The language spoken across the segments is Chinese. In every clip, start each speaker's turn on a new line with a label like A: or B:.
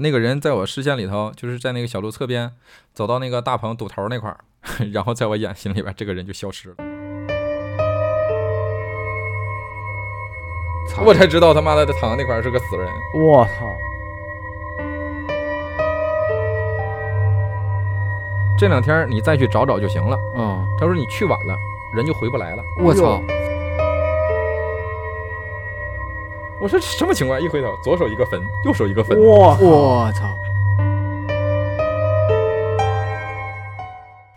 A: 那个人在我视线里头，就是在那个小路侧边，走到那个大棚堵头那块儿， 然后在我眼睛里边，这个人就消失了。
B: 操
A: 我才知道他妈的躺在那块儿是个死人。
B: 我操！
A: 这两天你再去找找就行了。
B: 嗯，
A: 他说你去晚了，人就回不来了。
B: 我操！
A: 我说什么情况？一回头，左手一个坟，右手一个坟。
B: 我我操！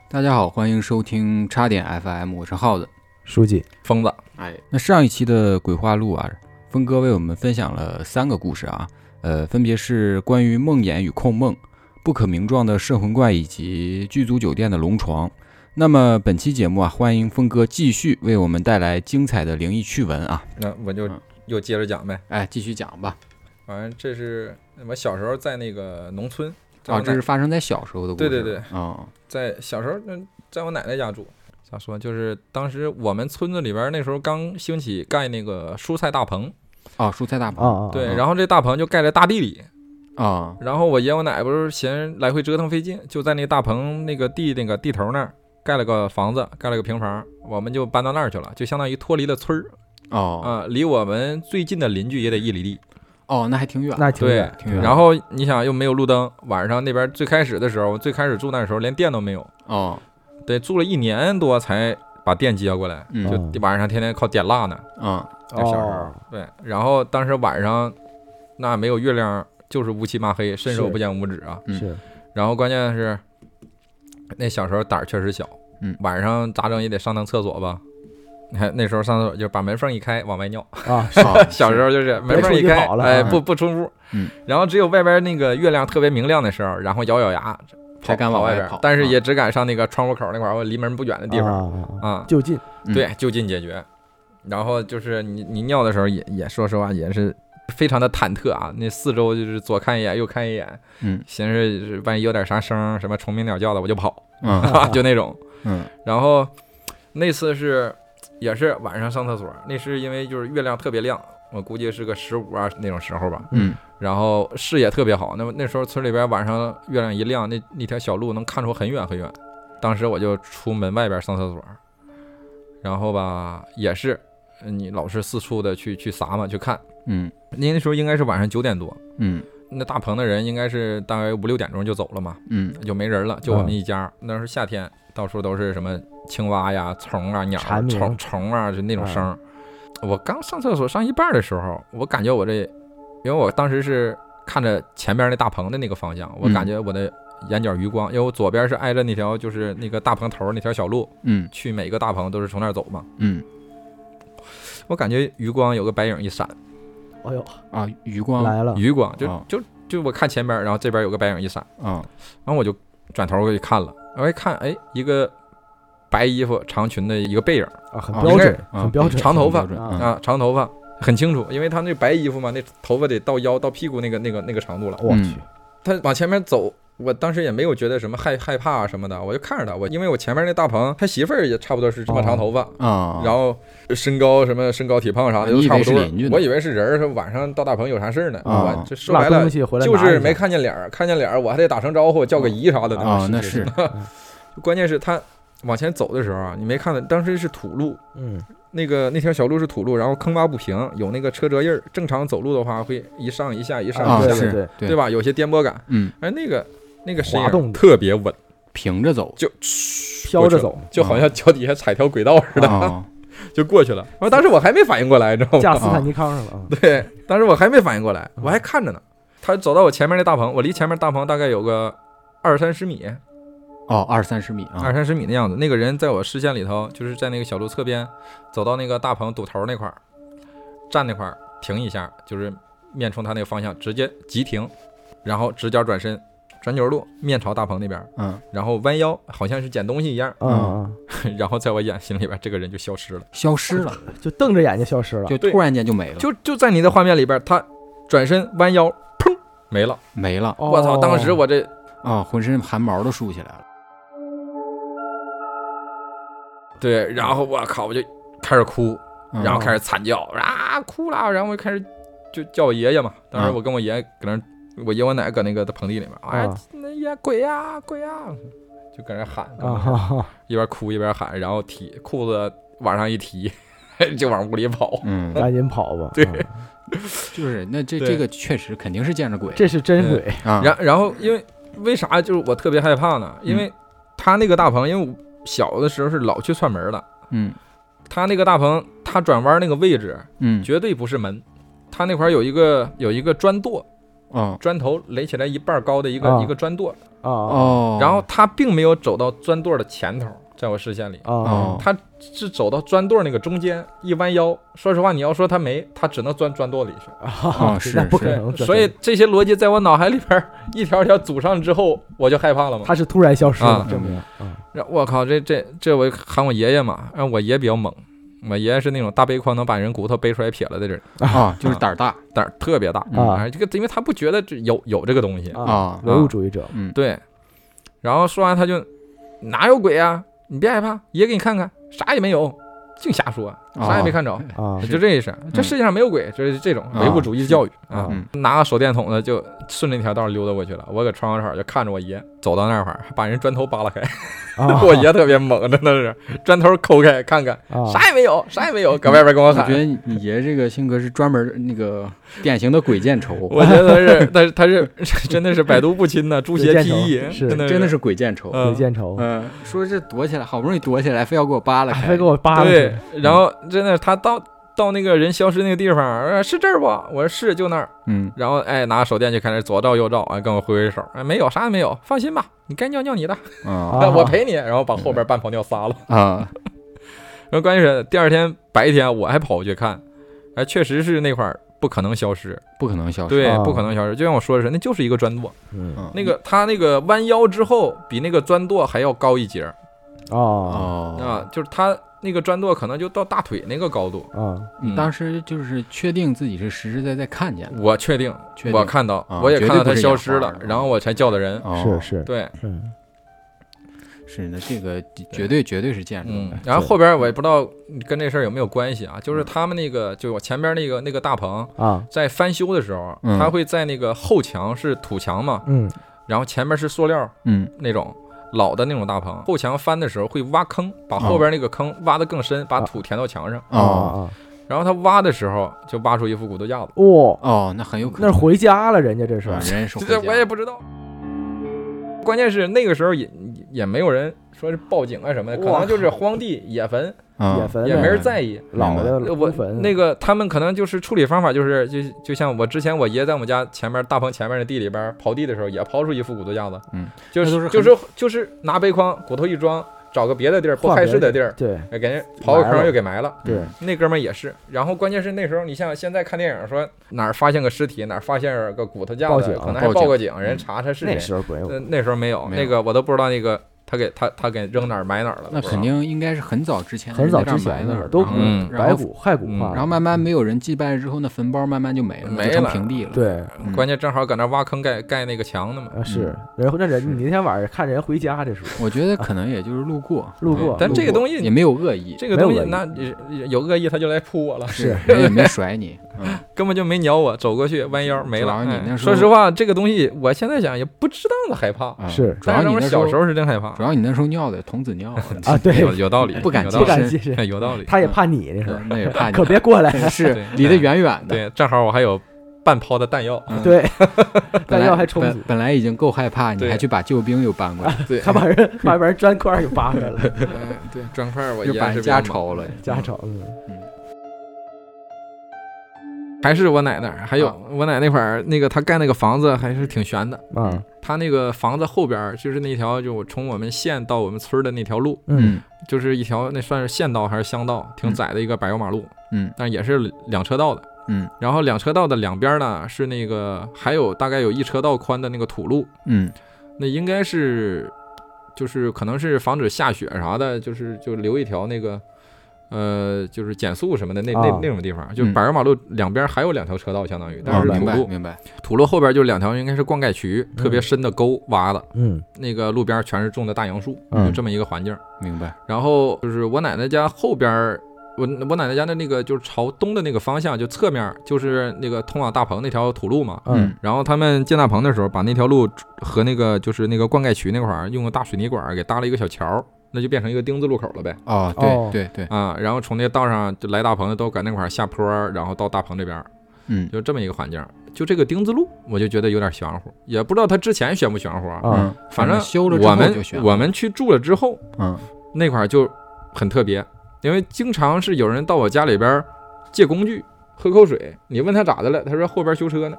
C: 大家好，欢迎收听叉点 FM，我是耗子。
B: 书记，
A: 疯子，
C: 哎，那上一期的鬼话录啊，峰哥为我们分享了三个故事啊，呃，分别是关于梦魇与控梦、不可名状的摄魂怪以及剧组酒店的龙床。那么本期节目啊，欢迎峰哥继续为我们带来精彩的灵异趣闻啊！
A: 那我就
C: 嗯
A: 又接着讲呗。
C: 哎，继续讲吧。
A: 反正这是我小时候在那个农村，在我
C: 啊，这
A: 奶
C: 是发生在小时候的故
A: 对
C: 事。
A: 对对
C: 嗯，
A: 在小时候，嗯，在我奶奶家住。咋说？就是当时我们村子里边儿那时候刚兴起盖那个蔬菜大棚，
C: 哦，蔬菜大棚。
B: 啊啊！
A: 对，
C: 啊
A: 然后这大棚就盖在大地里。
C: 啊
A: 然后我爷我奶不是嫌来回折腾费劲，就在那大棚那个地那个地头那儿盖了个房子，盖了个平房，我们就搬到那儿去了，就相当于脱离了村儿
C: 哦
A: 啊、离我们最近的邻居也得一里地。
C: 哦，那还挺远。
B: 那挺
A: 对
B: 远，，嗯
C: 挺远
A: 然后你想又没有路灯，晚上那边最开始的时候，最开始住那时候连电都没有，
C: 哦，
A: 得住了一年多才把电接过来，
C: 嗯
A: 就
B: 嗯
A: 晚上天天靠点蜡呢。
C: 嗯
A: 就小时候，
B: 哦
A: 对，然后当时晚上那没有月亮，就是乌漆嘛黑，伸手
B: 是
A: 不见五指啊。
C: 嗯
B: 是
A: 然后关键是那小时候胆儿确实小，
C: 嗯
A: 晚上咋整也得上趟厕所吧。你看那时候上厕所就是把门缝一开往外尿，
B: 啊，
C: 哦
A: 小时候就是门缝一
B: 别出
A: 开
B: 去跑，了
A: 哎，
C: 嗯
A: 不不出屋，
C: 嗯
A: 然后只有外边那个月亮特别明亮的时候，然后咬咬牙
C: 才
A: 跑
C: 敢往
A: 跑
C: 外
A: 外边
C: 跑，
A: 但是
C: 嗯
A: 也只敢上那个窗户 口那块儿，我离门不远的地方
B: 方
A: 啊，
B: 就近
C: 嗯
A: 对，就近解决。然后就是你你尿的时候也也说实话也是非常的忐忑啊，那四周就是左看一眼右看一眼，
C: 嗯
A: 寻思是万一有点啥声儿，什么虫鸣鸟叫的我就跑，
C: 嗯
A: 就那种。
C: 嗯
A: 然后那次是也是晚上上厕所，那是因为就是月亮特别亮，我估计是个十五啊那种时候吧。
C: 嗯
A: 然后视野特别好，那么那时候村里边晚上月亮一亮，那那条小路能看出很远很远。当时我就出门外边上厕所，然后吧也是嗯你老是四处的去去撒嘛去看，
C: 嗯
A: 那那时候应该是晚上九点多，
C: 嗯
A: 那大棚的人应该是大概五六点钟就走了嘛，
C: 嗯
A: 就没人了，就我们一家。那时候夏天，到处都是什么青蛙呀、虫啊、鸟啊、
B: 蝉鸣
A: 虫虫啊，就那种声儿。我刚上厕所上一半的时候，我感觉我这，因为我当时是看着前面那大棚的那个方向，我
C: 嗯
A: 感觉我的眼角余光，因为我左边是挨着那条就是那个大棚头儿那条小路，
C: 嗯
A: 去每个大棚都是从那儿走嘛。
C: 嗯
A: 我感觉余光有个白影一闪，
B: 哎呦，
C: 啊，余
A: 嗯
C: 光
B: 来了，
A: 余光就
C: 哦
A: 就就我看前边，然后这边有个白影一闪。
C: 啊
A: 然后我就转头过去看了，我一看，哎，一个白衣服长裙的一个背影
B: 啊很
C: 啊
B: 标准，
C: 啊
B: 很标准，
A: 嗯长头发
C: 很标准
B: 啊
C: 啊
A: 啊，长头发很清楚，因为他那白衣服嘛，那头发得到腰到屁股那个那个那个长度了。
B: 我去，
A: 他往前面走，我当时也没有觉得什么害害怕啊什么的，我就看着他，我因为我前面那大鹏他媳妇儿也差不多是这么长头发。
C: 啊，
A: 然后身高什么身高体胖啥的
C: 啊
A: 都
C: 你以
A: 差
C: 为
A: 不
C: 是
A: 多
C: 邻居呢，
A: 我以为是人儿，说晚上到大棚有啥事儿呢？
C: 啊
A: 我这说白
B: 落
A: 了
B: 东西回来拿
A: 就
B: 一下
A: 是没看见脸儿，看见脸儿我还得打声招呼，叫个姨啥的呢。
C: 啊，
B: 是
C: 那
B: 是
C: 是
A: 关键是他往前走的时候啊，你没看到，当时是土路，
B: 嗯，
A: 那个那条小路是土路，然后坑洼不平，有那个车辙印儿。正常走路的话，会一上一下，一上
B: 啊
A: 一下，
C: 啊，
B: 对
C: 是
B: 对
C: 对
A: 对吧？有些颠簸感。
C: 嗯，
A: 哎，那个那个身
B: 滑动
A: 影
B: 的
A: 特别稳，
C: 平着走
A: 就
B: 飘着走，
A: 就好像脚底下踩条轨道似的，
C: 啊，
A: 就过去了。我当时我还没反应过来，你知道
B: 架
A: 吗？
B: 斯坦尼康上了啊，
A: 对，当时我还没反应过来，我还
B: 嗯
A: 看着呢。他走到我前面那大棚，我离前面大棚大概有个二三十米，
C: 哦，二三十米
A: 二
C: 啊，
A: 三十米的样子。那个人在我视线里头，就是在那个小路侧边，走到那个大棚堵头那块儿，站那块儿停一下，就是面冲他那个方向，直接急停，然后直角转身，转角路面朝大棚那边，
C: 嗯，
A: 然后弯腰，好像是捡东西一样，
B: 啊啊，
A: 然后在我眼睛里边，这个人就消失了，
C: 消失了，
B: 啊就瞪着眼睛消失了，
C: 就突然间就没了，
A: 就就在你的画面里边，他转身弯腰，砰，没了。
C: 没了
B: 哦
A: 我操！当时我这
C: 啊，浑身汗毛都竖起来了，
A: 对，然后我靠，我就开始哭。
C: 嗯
A: 然后
C: 嗯
A: 开始惨叫啊哭啦，然后我就开始就叫我爷爷嘛。当时我跟我爷爷搁那儿我爷我奶搁那个棚地里面，哎
B: 啊，
A: 那呀鬼呀鬼呀，就搁那喊，
B: 啊哈哈，
A: 一边哭一边喊，然后提裤子往上一提， 就往屋里跑。
C: 嗯，
B: 赶紧跑吧。嗯对，
C: 就是那这
A: 对
C: 这个确实肯定是见着鬼
B: 这是真鬼
C: 啊，嗯
A: 然然后因为为啥就是我特别害怕呢？因为他那个大棚，因为我小的时候是老去串门的，
C: 嗯
A: 他那个大棚他转弯那个位置
C: 嗯
A: 绝对不是门，他那块儿有一个有一个砖垛，
C: 哦
A: 砖头垒起来一半高的一个、
B: 啊
A: 一个砖垛，
B: 啊
C: 哦，
A: 然后他并没有走到砖垛的前头，在我视线里。
B: 啊
C: 哦
A: 他是走到砖垛那个中间，一弯腰。说实话，你要说他没，他只能钻砖垛里去。哦
B: 啊！
C: 是
B: 那不可
A: 对
B: 能，
A: 所以这些逻辑在我脑海里边儿一条条组上之后，我就害怕了嘛。
B: 他是突然消失
A: 啊
B: 了，证明啊
A: 然后我靠，这这这我喊我爷爷嘛，然后我爷比较猛，我爷爷是那种大背筐能把人骨头背出来撇了的人，
C: 啊就是胆儿大
A: 胆儿特别大
C: 嗯
B: 啊
A: 啊！这个因为他不觉得这有有这个东西，
C: 啊
B: 唯物主义者
C: 嗯
A: 对。然后说完他就哪有鬼啊？你别害怕，爷给你看看，啥也没有，净瞎说，啥
C: 哦
A: 也没看着，
B: 啊
A: 就这意思。这世界上没有鬼，就是这种唯物主义教育
B: 啊
A: 啊
C: 嗯。
A: 拿个手电筒呢，就顺着那条道溜达过去了。我搁窗户这儿就看着我爷走到那块儿，还把人砖头扒拉开。
B: 啊！
A: 我爷特别猛，真的是砖头抠开看看，
B: 啊
A: 啥也没有，啥也没有，搁外边跟我
C: 我觉
A: 喊。
C: 得你爷这个性格是专门那个典型的鬼见愁，
A: 我觉得是，但是他是 真的是百毒不侵呐，诛邪
B: 对
A: 辟
B: 见
A: 疫，
B: 愁是
A: 真的
C: 真的
A: 是
C: 是鬼见愁。
B: 鬼
A: 嗯
B: 见愁，
C: 嗯，说这躲起来，好不容易躲起来，非要给我扒拉
B: 哎
C: 开，
B: 非给我扒拉
A: 对
B: 去。
A: 然后真的他到到那个人消失那个地方，呃是这儿不？我说是，就那儿。
C: 嗯
A: 然后哎，拿手电就开始左照右照，哎，跟我挥挥手，哎，没有，啥也没有，放心吧，你该尿尿你的，
C: 啊
B: 啊
A: 我陪你。然后把后边半泡尿撒了。
C: 啊
A: 然后关键是第二天白天我还跑过去看，哎，确实是那块儿不可能消失，
C: 不可能消失。
A: 对
B: 啊，
A: 不可能消失。就像我说的是，那就是一个砖垛，
B: 嗯
C: 嗯
A: 那个它那个弯腰之后比那个砖垛还要高一截儿
B: 哦
A: 啊
C: 哦，，
A: 就是它那个砖垛可能就到大腿那个高度。
B: 啊
A: 嗯
C: 你当时就是确定自己是实实在在看见的，
A: 我确定，
C: 确定
A: 我看到
C: 啊，
A: 我也
C: 绝对
A: 看到它
C: 不是
A: 消失
C: 眼花
A: 了
C: 儿，
A: 然后我才叫的人。
C: 哦
B: 是是嗯
A: 对，
B: 是
C: 是那这个绝对绝对是嗯见着
A: 嗯
C: 的，，
A: 然后后边我也不知道跟这事儿有没有关系啊，就是他们那个，就我前边那个那个大棚
B: 啊
A: 在翻修的时候，
C: 嗯
A: 他会在那个后墙是土墙嘛，
B: 嗯
A: 然后前面是塑料
C: 嗯
A: 那种老的那种大棚，后墙翻的时候会挖坑，把
C: 啊
A: 后边那个坑挖得更深，把
B: 啊
A: 土填到墙上。
B: 啊
C: 哦
B: 啊
A: 然后他挖的时候就挖出一副骨头架子，
B: 哇！
C: 哦，那很有可
B: 啊那
C: 能
B: 是回家了，人家这
C: 是
B: 是
C: 吧？人家是
A: 这
C: 回
A: 这
C: 家
A: 我也不知道。关键是那个时候也也也没有人说是报警啊什么的，可
B: 哇
A: 能就是荒地野坟，
C: 啊
B: 野坟
A: 也没人在意。
B: 老的
A: 呃我
B: 祖坟
A: 那个他们可能就是处理方法，就是就就像我之前我爷在我们家前面大棚前面的地里边刨地的时候，也刨出一副骨头架子，
C: 嗯，
A: 就
C: 那都是
A: 是
C: 很
A: 就是就是拿背筐骨头一装，找个别的地儿不
B: 换
A: 碍
B: 别
A: 事
B: 的
A: 的地儿，
B: 对
A: 哎，给人刨个
B: 埋了
A: 坑又给埋了。
B: 对
A: 那哥们儿也是，然后关键是那时候你像现在看电影说哪儿发现个尸体，哪儿发现个骨头架
B: 报
A: 子，
B: 警
A: 可能还
C: 报
A: 报
C: 警
A: 个警，
C: 嗯
A: 人查查是
B: 那
A: 谁。
B: 时候鬼
A: 呃，那时候没有，
C: 没有
A: 那个我都不知道那个他给他他给扔哪儿埋哪儿了。
C: 那
A: 不知道
C: 肯。定嗯应该是很早之前
B: 很早之
C: 埋
B: 前
C: 的
B: 的
C: 了
B: 了，都
C: 然后
A: 嗯
C: 然后
B: 白啊骨骸骨化
A: 嗯
C: 然后
B: 了，
C: 慢慢没有人祭拜之后，那坟包慢慢就没了，
A: 没
C: 就成
A: 了
C: 平地了。
B: 对
C: 嗯，
A: 关键正好搁那挖坑盖盖那个墙呢嘛。
B: 啊是
C: 嗯。
B: 然后那
C: 是
B: 人你那天晚上看人回家， 这属于
C: 我觉得可能也就是路过，
B: 路过
A: 对，但
B: 路
A: 这个
B: 过
A: 东西
C: 也没有恶意，
A: 这个东西
B: 没有恶意
A: 那呃有恶意他就来扑我了，
B: 是
C: 人也没 甩你，嗯
A: 根本就没鸟我，走过去弯腰没了。
C: 主要你
A: 哎
C: 那时
A: 说
C: 候
A: 实话，这个东西我现在想也不值当的害怕，
C: 啊
B: 是
C: 主要
A: 但是
C: 你
A: 我
C: 那
A: 小时
C: 候，
A: 候是真害怕
C: 主，要你那时候尿的童子尿，
B: 啊，对，
A: 有有道理，
C: 不敢
A: 有
C: 当
A: 道
B: 不
A: 理
B: 敢
C: 时
B: 近身，
A: 哎有道理。
B: 他也怕你那时候
C: 嗯，那也 怕你
B: 可别过来。
C: 是
A: 对
C: 离得远远的，
A: 对，正好我还有半抛的弹药，
C: 嗯，
B: 对，
C: 本
B: 弹
C: 来
B: 药还充足
C: 本，本来已经够害怕，你
A: 对
C: 还去把救兵又搬过来，
A: 对
B: 他 把人把人砖块儿给扒开了，
A: 对砖块我
C: 又
A: 也
C: 把人
A: 是
C: 家抄了，
B: 家丑。嗯
A: 还是我奶奶，还有
C: 啊
A: 我奶那块儿那个她盖那个房子还是挺悬的。
B: 啊，
A: 她那个房子后边儿就是那条，就我从我们县到我们村儿的那条路，
B: 嗯，
A: 就是一条那算是县道还是乡道，挺窄的一个柏油马路，
C: 嗯
A: 但也是两车道的。
C: 嗯
A: 然后两车道的两边呢是那个还有大概有一车道宽的那个土路，
C: 嗯
A: 那应该是就是可能是防止下雪啥的，就是就留一条那个呃就是减速什么的那那
B: 啊
A: 那种地方，就柏油马路两边还有两条车道，相当于，但
C: 嗯，
A: 是
B: 啊
A: 土
C: 明白
A: 路
C: 明白，
A: 土路后边就两条应该是灌溉渠，特别深的沟挖的，
B: 嗯
A: 那个路边全是种的大杨树，
B: 嗯
A: 就这么一个环境。
C: 明白，
A: 然后就是我奶奶家后边儿我我奶奶家的那个就是朝东的那个方向，就侧面就是那个通往大棚那条土路嘛。
B: 嗯，
A: 然后他们建大棚的时候，把那条路和那个就是那个灌溉渠那块儿用个大水泥管儿给搭了一个小桥，那就变成一个丁字路口了呗。
C: 哦，
B: 哦
C: 对对对，
A: 啊，然后从那道上就来大棚的都赶那块儿下坡儿，然后到大棚这边儿，
C: 嗯
A: 就这么一个环境。就这个丁字路，我就觉得有点玄乎，也不知道他之前玄不玄乎啊。
B: 啊
C: 嗯，
A: 反正
C: 修了之
A: 我
C: 后就
A: 们
C: 选了
A: 我们去住了之后，
C: 嗯
A: 那块儿就很特别，因为经常是有人到我家里边儿借工具、喝口水。你问他咋的了，他说后边修车呢，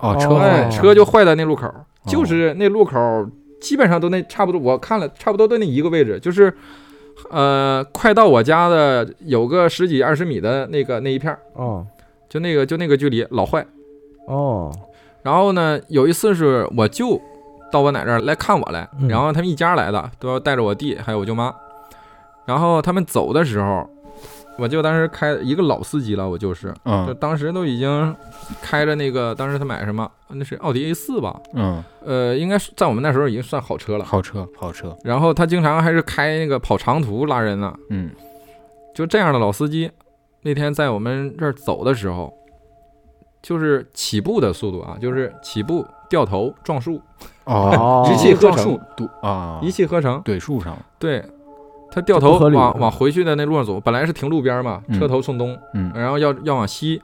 C: 哦
B: 哦
C: 车坏
A: 哎，
C: 了
A: 车就坏在那路口，就是那路口基本上都那差不多，我看了差不多都那一个位置，就是呃，快到我家的有个十几二十米的那个那一片儿，
B: 哦
A: 就那个就那个距离老坏。
B: 哦，
A: 然后呢，有一次是我舅到我奶这儿来看我来，
B: 嗯
A: 然后他们一家来的，都要带着我弟还有我舅妈。然后他们走的时候，我舅当时开一个老司机了，我就是，就
C: 嗯
A: 当时都已经开着那个，当时他买什么？那是奥迪 A 四吧？
C: 嗯，
A: 呃，应该是在我们那时候已经算好车了。
C: 好车好车，
A: 然后他经常还是开那个跑长途拉人呢、
C: 嗯
A: 就这样的老司机，那天在我们这儿走的时候，就是起步的速度
C: 嗯
A: 啊，就是起步掉头撞树，
B: 哦
A: 一气呵
C: 撞
A: 成哦
C: 树堵啊，
A: 一气呵成。
C: 怼树上了，
A: 对，他掉头
B: 不合理
A: 往
B: 嗯
A: 往回去的那路上走，本来是停路边嘛，
C: 嗯
A: 车头冲东，
C: 嗯
A: 然后要要往西，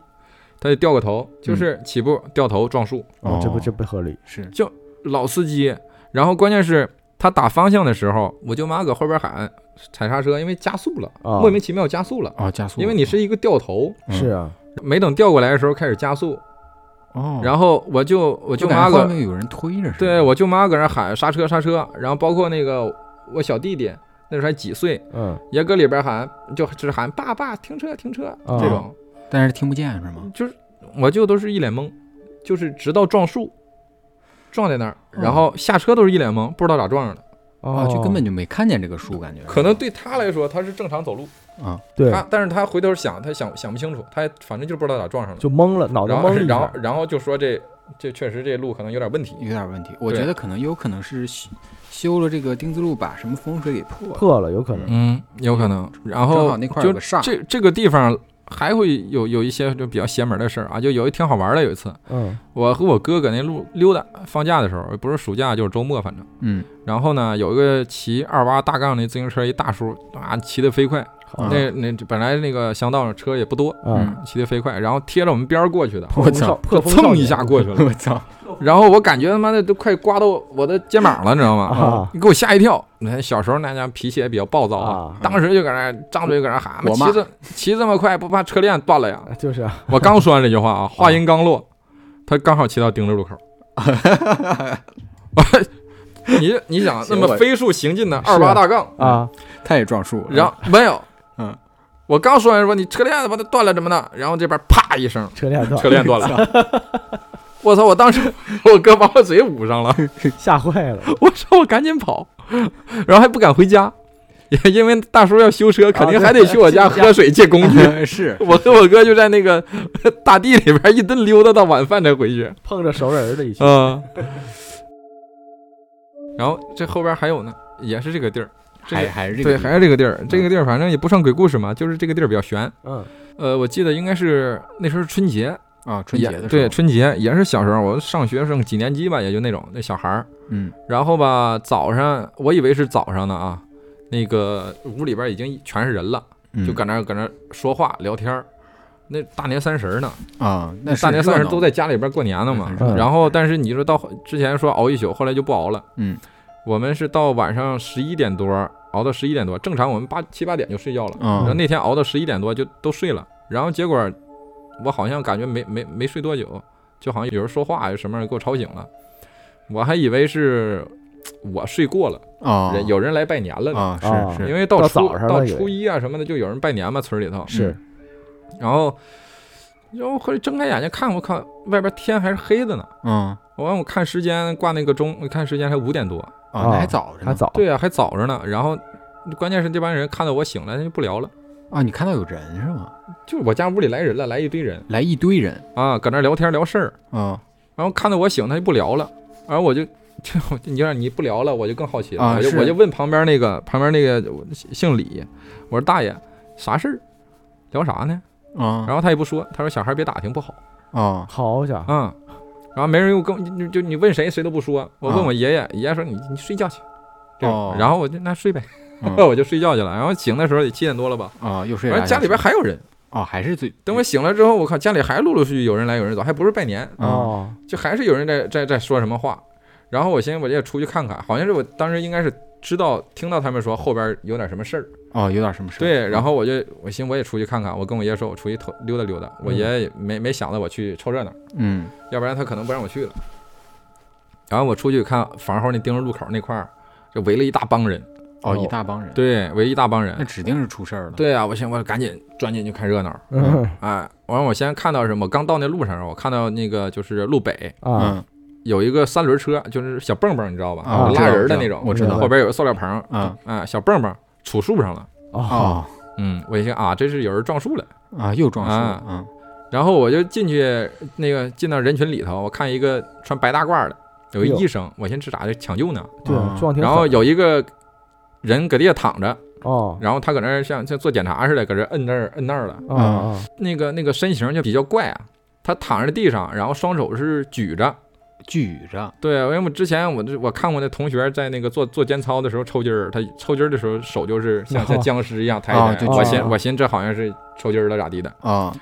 A: 他得掉个头，就是起步掉头撞树，
B: 哦这不
C: 哦
B: 这不合理，
C: 是
A: 老司机。然后关键是他打方向的时候，我舅妈搁后边喊踩刹车，因为加速了，
B: 啊
A: 莫名其妙加速了，
C: 啊加速了，
A: 因为你是一个掉头，
C: 嗯
B: 是啊，
A: 没等调过来的时候开始加速，
C: 哦，
A: 然后我就我
C: 我
A: 舅
C: 感觉
A: 妈
C: 后
A: 搁
C: 面有人推着似的，
A: 对我舅妈搁那喊刹车刹车，然后包括那个我小弟弟那时候还几岁，
B: 嗯
A: 也搁里边喊，就只喊爸爸停车停车
B: 啊
A: 这种，
C: 但是听不见是吗？
A: 就是我舅都是一脸懵，就是直到撞树，撞在那儿，
C: 哦
A: 然后下车都是一脸懵，不知道咋撞上的。
C: 哦，
A: 啊
B: 哦，
C: 就根本就没看见这个树，感觉
A: 可能对他来说他是正常走路，
C: 啊，
B: 对
A: 他但是他回头想，他想想不清楚，他反正就不知道咋撞上的。
B: 就懵了，脑袋
A: 然后
B: 懵了一
A: 然
B: 下
A: 后，然后就说这这确实这路可能有点问题，
C: 有点问题。我
A: 对
C: 觉得可能有可能是修修了这个丁字路，把什么风水给破了。
B: 破了有可能，
A: 嗯，有可能。然
C: 正
A: 后
C: 好那块儿有
A: 就
C: 个煞，
A: 这这个地方还会有有一些就比较邪门的事儿啊，就有一挺好玩的。有一次，
B: 嗯
A: 我和我哥搁那路溜达，放假的时候不是暑假就是周末，反正。
C: 嗯，
A: 然后呢，有一个骑二八大杠那自行车一大叔啊，骑得飞快。
C: 啊
B: 好
A: 那那本来那个乡道上车也不多，
B: 啊，
C: 嗯
A: 骑得飞快，然后贴着嗯我们边儿过去的，
C: 我操，
B: 破风少
A: 蹭一
B: 年
A: 下过去了。
C: 我操，
A: 然后我感觉他妈的都快刮到我的肩膀了，你知道吗？
B: 啊
A: 你给我吓一跳！你看小时候那家脾气也比较暴躁
B: 啊
A: 当时就搁那张嘴搁那喊：“
C: 我
A: 骑
C: 骂
A: 这骑这么快，不怕车链断了呀
B: 啊就是啊，！”
A: 我刚说完这句话啊，话音刚落，他刚好骑到丁字路口。你你想那
C: 行
A: 么
C: 我
A: 飞速行进的
B: 是啊
A: 二八大杠，
B: 啊
C: 他也撞树了，
A: 然后没有，
C: 嗯，
A: 我刚说完说你车链子把它断了怎么的，然后这边啪一声，
B: 车链断
A: 车链断了。我操！我当时我哥把我嘴捂上了。
B: 吓坏了，
A: 我说我赶紧跑，然后还不敢回家，也因为大叔要修车，肯定还得啊去我家喝水借工 具。
C: 是
A: 我和我哥就在那个 大地里边一顿溜达到晚饭才回 去。
B: 碰着熟人了已经，
A: 嗯，然后这后边还有呢，也是这个地儿，这
C: 还
A: 个
C: 还是这个
A: 对，
C: 地
A: 还是这个地儿，这个地儿反正也不算鬼故事嘛，就是这个地儿比较悬。
B: 嗯
A: 呃，我记得应该是那时候是春节，
C: 啊，春节
A: 也
C: 的时
A: 对
C: 候，
A: 春节也是小时候，我上学上几年级吧，也就那种那小孩儿，
C: 嗯
A: 然后吧，早上我以为是早上呢啊，那个屋里边已经全是人了，
C: 嗯，
A: 就搁那儿搁那儿说话聊天儿。那大年三十儿呢，
C: 啊，那是嗯
A: 大年三十
C: 热闹
A: 都在家里边过年呢嘛
C: 很热。
B: 闹
A: 然后，但是你说到之前说熬一宿，后来就不熬了。
C: 嗯，
A: 我们是到晚上十一点多熬到十一点多，正常我们八七八点就睡觉了。然后
C: 啊
A: 那天熬到十一点多就都睡了，然后结果我好像感觉没没没睡多久，就好像有人说话，有什么人给我吵醒了，我还以为是我睡过了，
C: 啊
A: 人有人来拜年了呢，
C: 啊
B: 啊
C: 是
A: 因
C: 是
A: 为到
B: 到
A: 初
B: 早上了
A: 到
B: 以为
A: 初一啊什么的就有人拜年嘛，村里
C: 嗯
A: 头，
B: 是
A: 然后然后后来睁开眼睛看，我靠，外边天还是黑的呢。
C: 嗯
A: 我完，我看时间挂那个钟，我看时间才五点多。
C: 啊那还早着
B: 哦还
C: 呢
B: 早，
A: 对啊，还早着呢。然后，关键是这帮人看到我醒了，那就不聊了。
C: 啊，你看到有人是吗？
A: 就是我家屋里来人了，来一堆人
C: 来一堆人
A: 啊，搁那聊天聊事儿。
C: 啊
A: 然后看到我醒，他就不聊了，然后我就 就我就你让你不聊了，我就更好奇了，
C: 啊
A: 我就是我就问旁边那个旁边那个我姓李，我说大爷啥事儿？聊啥呢？
C: 啊
A: 然后他也不说，他说小孩别打听不好，
C: 啊
B: 好家伙，
A: 嗯，然后没人又跟就就你问谁谁都不说，我问
C: 啊
A: 我爷爷，爷爷说你你睡觉去，这种
C: 哦
A: 然后我就那睡呗，
C: 嗯
A: 我就睡觉去了，然后醒的时候也七点多了吧，
C: 啊！又睡
A: 完
C: 着
A: 了家里边还有人，
C: 哦，还是最
A: 等我醒了之后，我靠，家里还陆陆续续有人来有人走，还不是拜年，
C: 嗯
B: 哦，
A: 就还是有人在在在说什么话，然后我寻思我也出去看看，好像是我当时应该是知道听到他们说后边有点什么事儿，
C: 哦有点什么事
A: 对，然
C: 后
A: 后我就我寻思我也出去看看，我跟我爷说我出去偷溜达溜达，我
B: 嗯
A: 爷爷也没没想到我去凑热闹，
C: 嗯
A: 要不然他可能不让我去了。然后我出去看房后那丁字路口那块儿，就围了一大帮人，
C: 哦一大帮人，
A: 对，围一大帮
C: 那
A: 人。
C: 指定是出事儿了。
A: 对啊，我寻思我赶紧钻进去看热闹，
B: 嗯
A: 哎，完了我先看到什么？我刚到那路上，我看到那个就是路北
B: 啊，
C: 嗯
A: 有一个三轮车，就是小蹦蹦，你知道吧？
C: 啊
B: 我知
A: 拉
C: 道
A: 人的
C: 我知道
A: 那种，
C: 我知道
A: 后边有个塑料棚，
C: 啊
A: 啊，小蹦蹦杵树上了，
B: 哦，
C: 哦
A: 嗯，我一听啊，这是有人撞树了。
C: 啊又撞树
A: 啊
C: 了嗯
A: 然后我就进去，那个进到人群里头，我看一个穿白大褂的，有一
B: 哎呦
A: 医生，我寻思这咋的抢救呢？
B: 对
C: 啊，
B: 撞挺
A: 嗯然
B: 狠
A: 后有一个人搁地下躺着，
B: 哦
A: 然后他搁那儿像像做检查似的，搁这摁那儿摁那儿了。
B: 啊啊
A: 那个那个身形就比较怪啊，他躺在地上，然后双手是举着。
C: 举着
A: 对，啊因为我之前我这我看过那同学在那个做做肩操的时候抽筋儿，他抽筋儿的时候手就是像
B: 哦
A: 像僵尸一样抬
C: 哦
A: 起
C: 对
A: 来，我
B: 哦
A: 寻
B: 哦
A: 我寻这好像是抽筋儿了咋地的，
C: 啊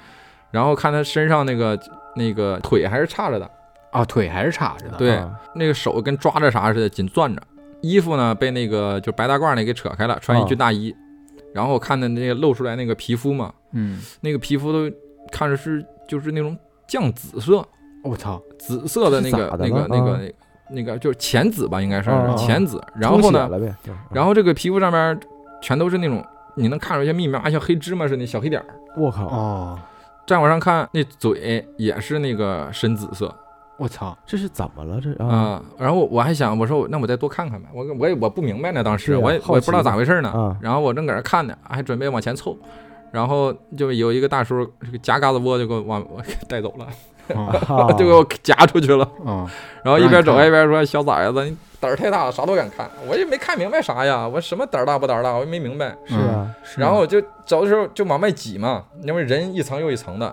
A: 然后看他身上那个那个腿还是叉着的，
C: 啊腿还是叉着的。
A: 对
B: 啊
A: 那个手跟抓着啥似的，紧攥着。衣服呢被那个就白大褂那给扯开了，
B: 哦
A: 穿一军大衣。然后我看的那个露出来那个皮肤嘛，
C: 嗯
A: 那个皮肤都看着是就是那种酱紫色，
C: 我操
A: 紫色的那个
B: 是咋
A: 那
B: 的呢
A: 个那个
B: 啊
A: 那个那个就是浅紫吧，应该算
B: 啊啊
A: 是
B: 啊
A: 浅紫。然后呢
B: 充，血了呗，
A: 然后这个皮肤上面全都是那种你能看出一些密麻像黑芝麻似的小黑点儿。
B: 我
A: 嗯
B: 靠，
C: 哦
A: 再往上看，那嘴也是那个深紫色
C: 我操
B: 这是怎么了？这
A: 啊、
B: 啊
A: 然后我我还想，我说我那我再多看看呗，我我也我不明白呢，当时
B: 对啊
A: 我也
B: 好
A: 我也不知道
B: 奇
A: 咋回事呢。
B: 啊
A: 然后我正搁那看呢，还准备往前凑，然后就有一个大叔这个夹嘎子窝就给我往我带走了，
C: 啊
B: 啊
A: 就给我夹出去了。
C: 啊
A: 然后一边走
C: 让你看
A: 还一边说：“小崽子，你胆儿太大了，啥都敢看。”我也没看明白啥呀，我什么胆儿大不胆儿大，我也没嗯明白。
B: 是啊，
C: 是
A: 然后我就走的时候就往外挤嘛，因为人一层又一层的，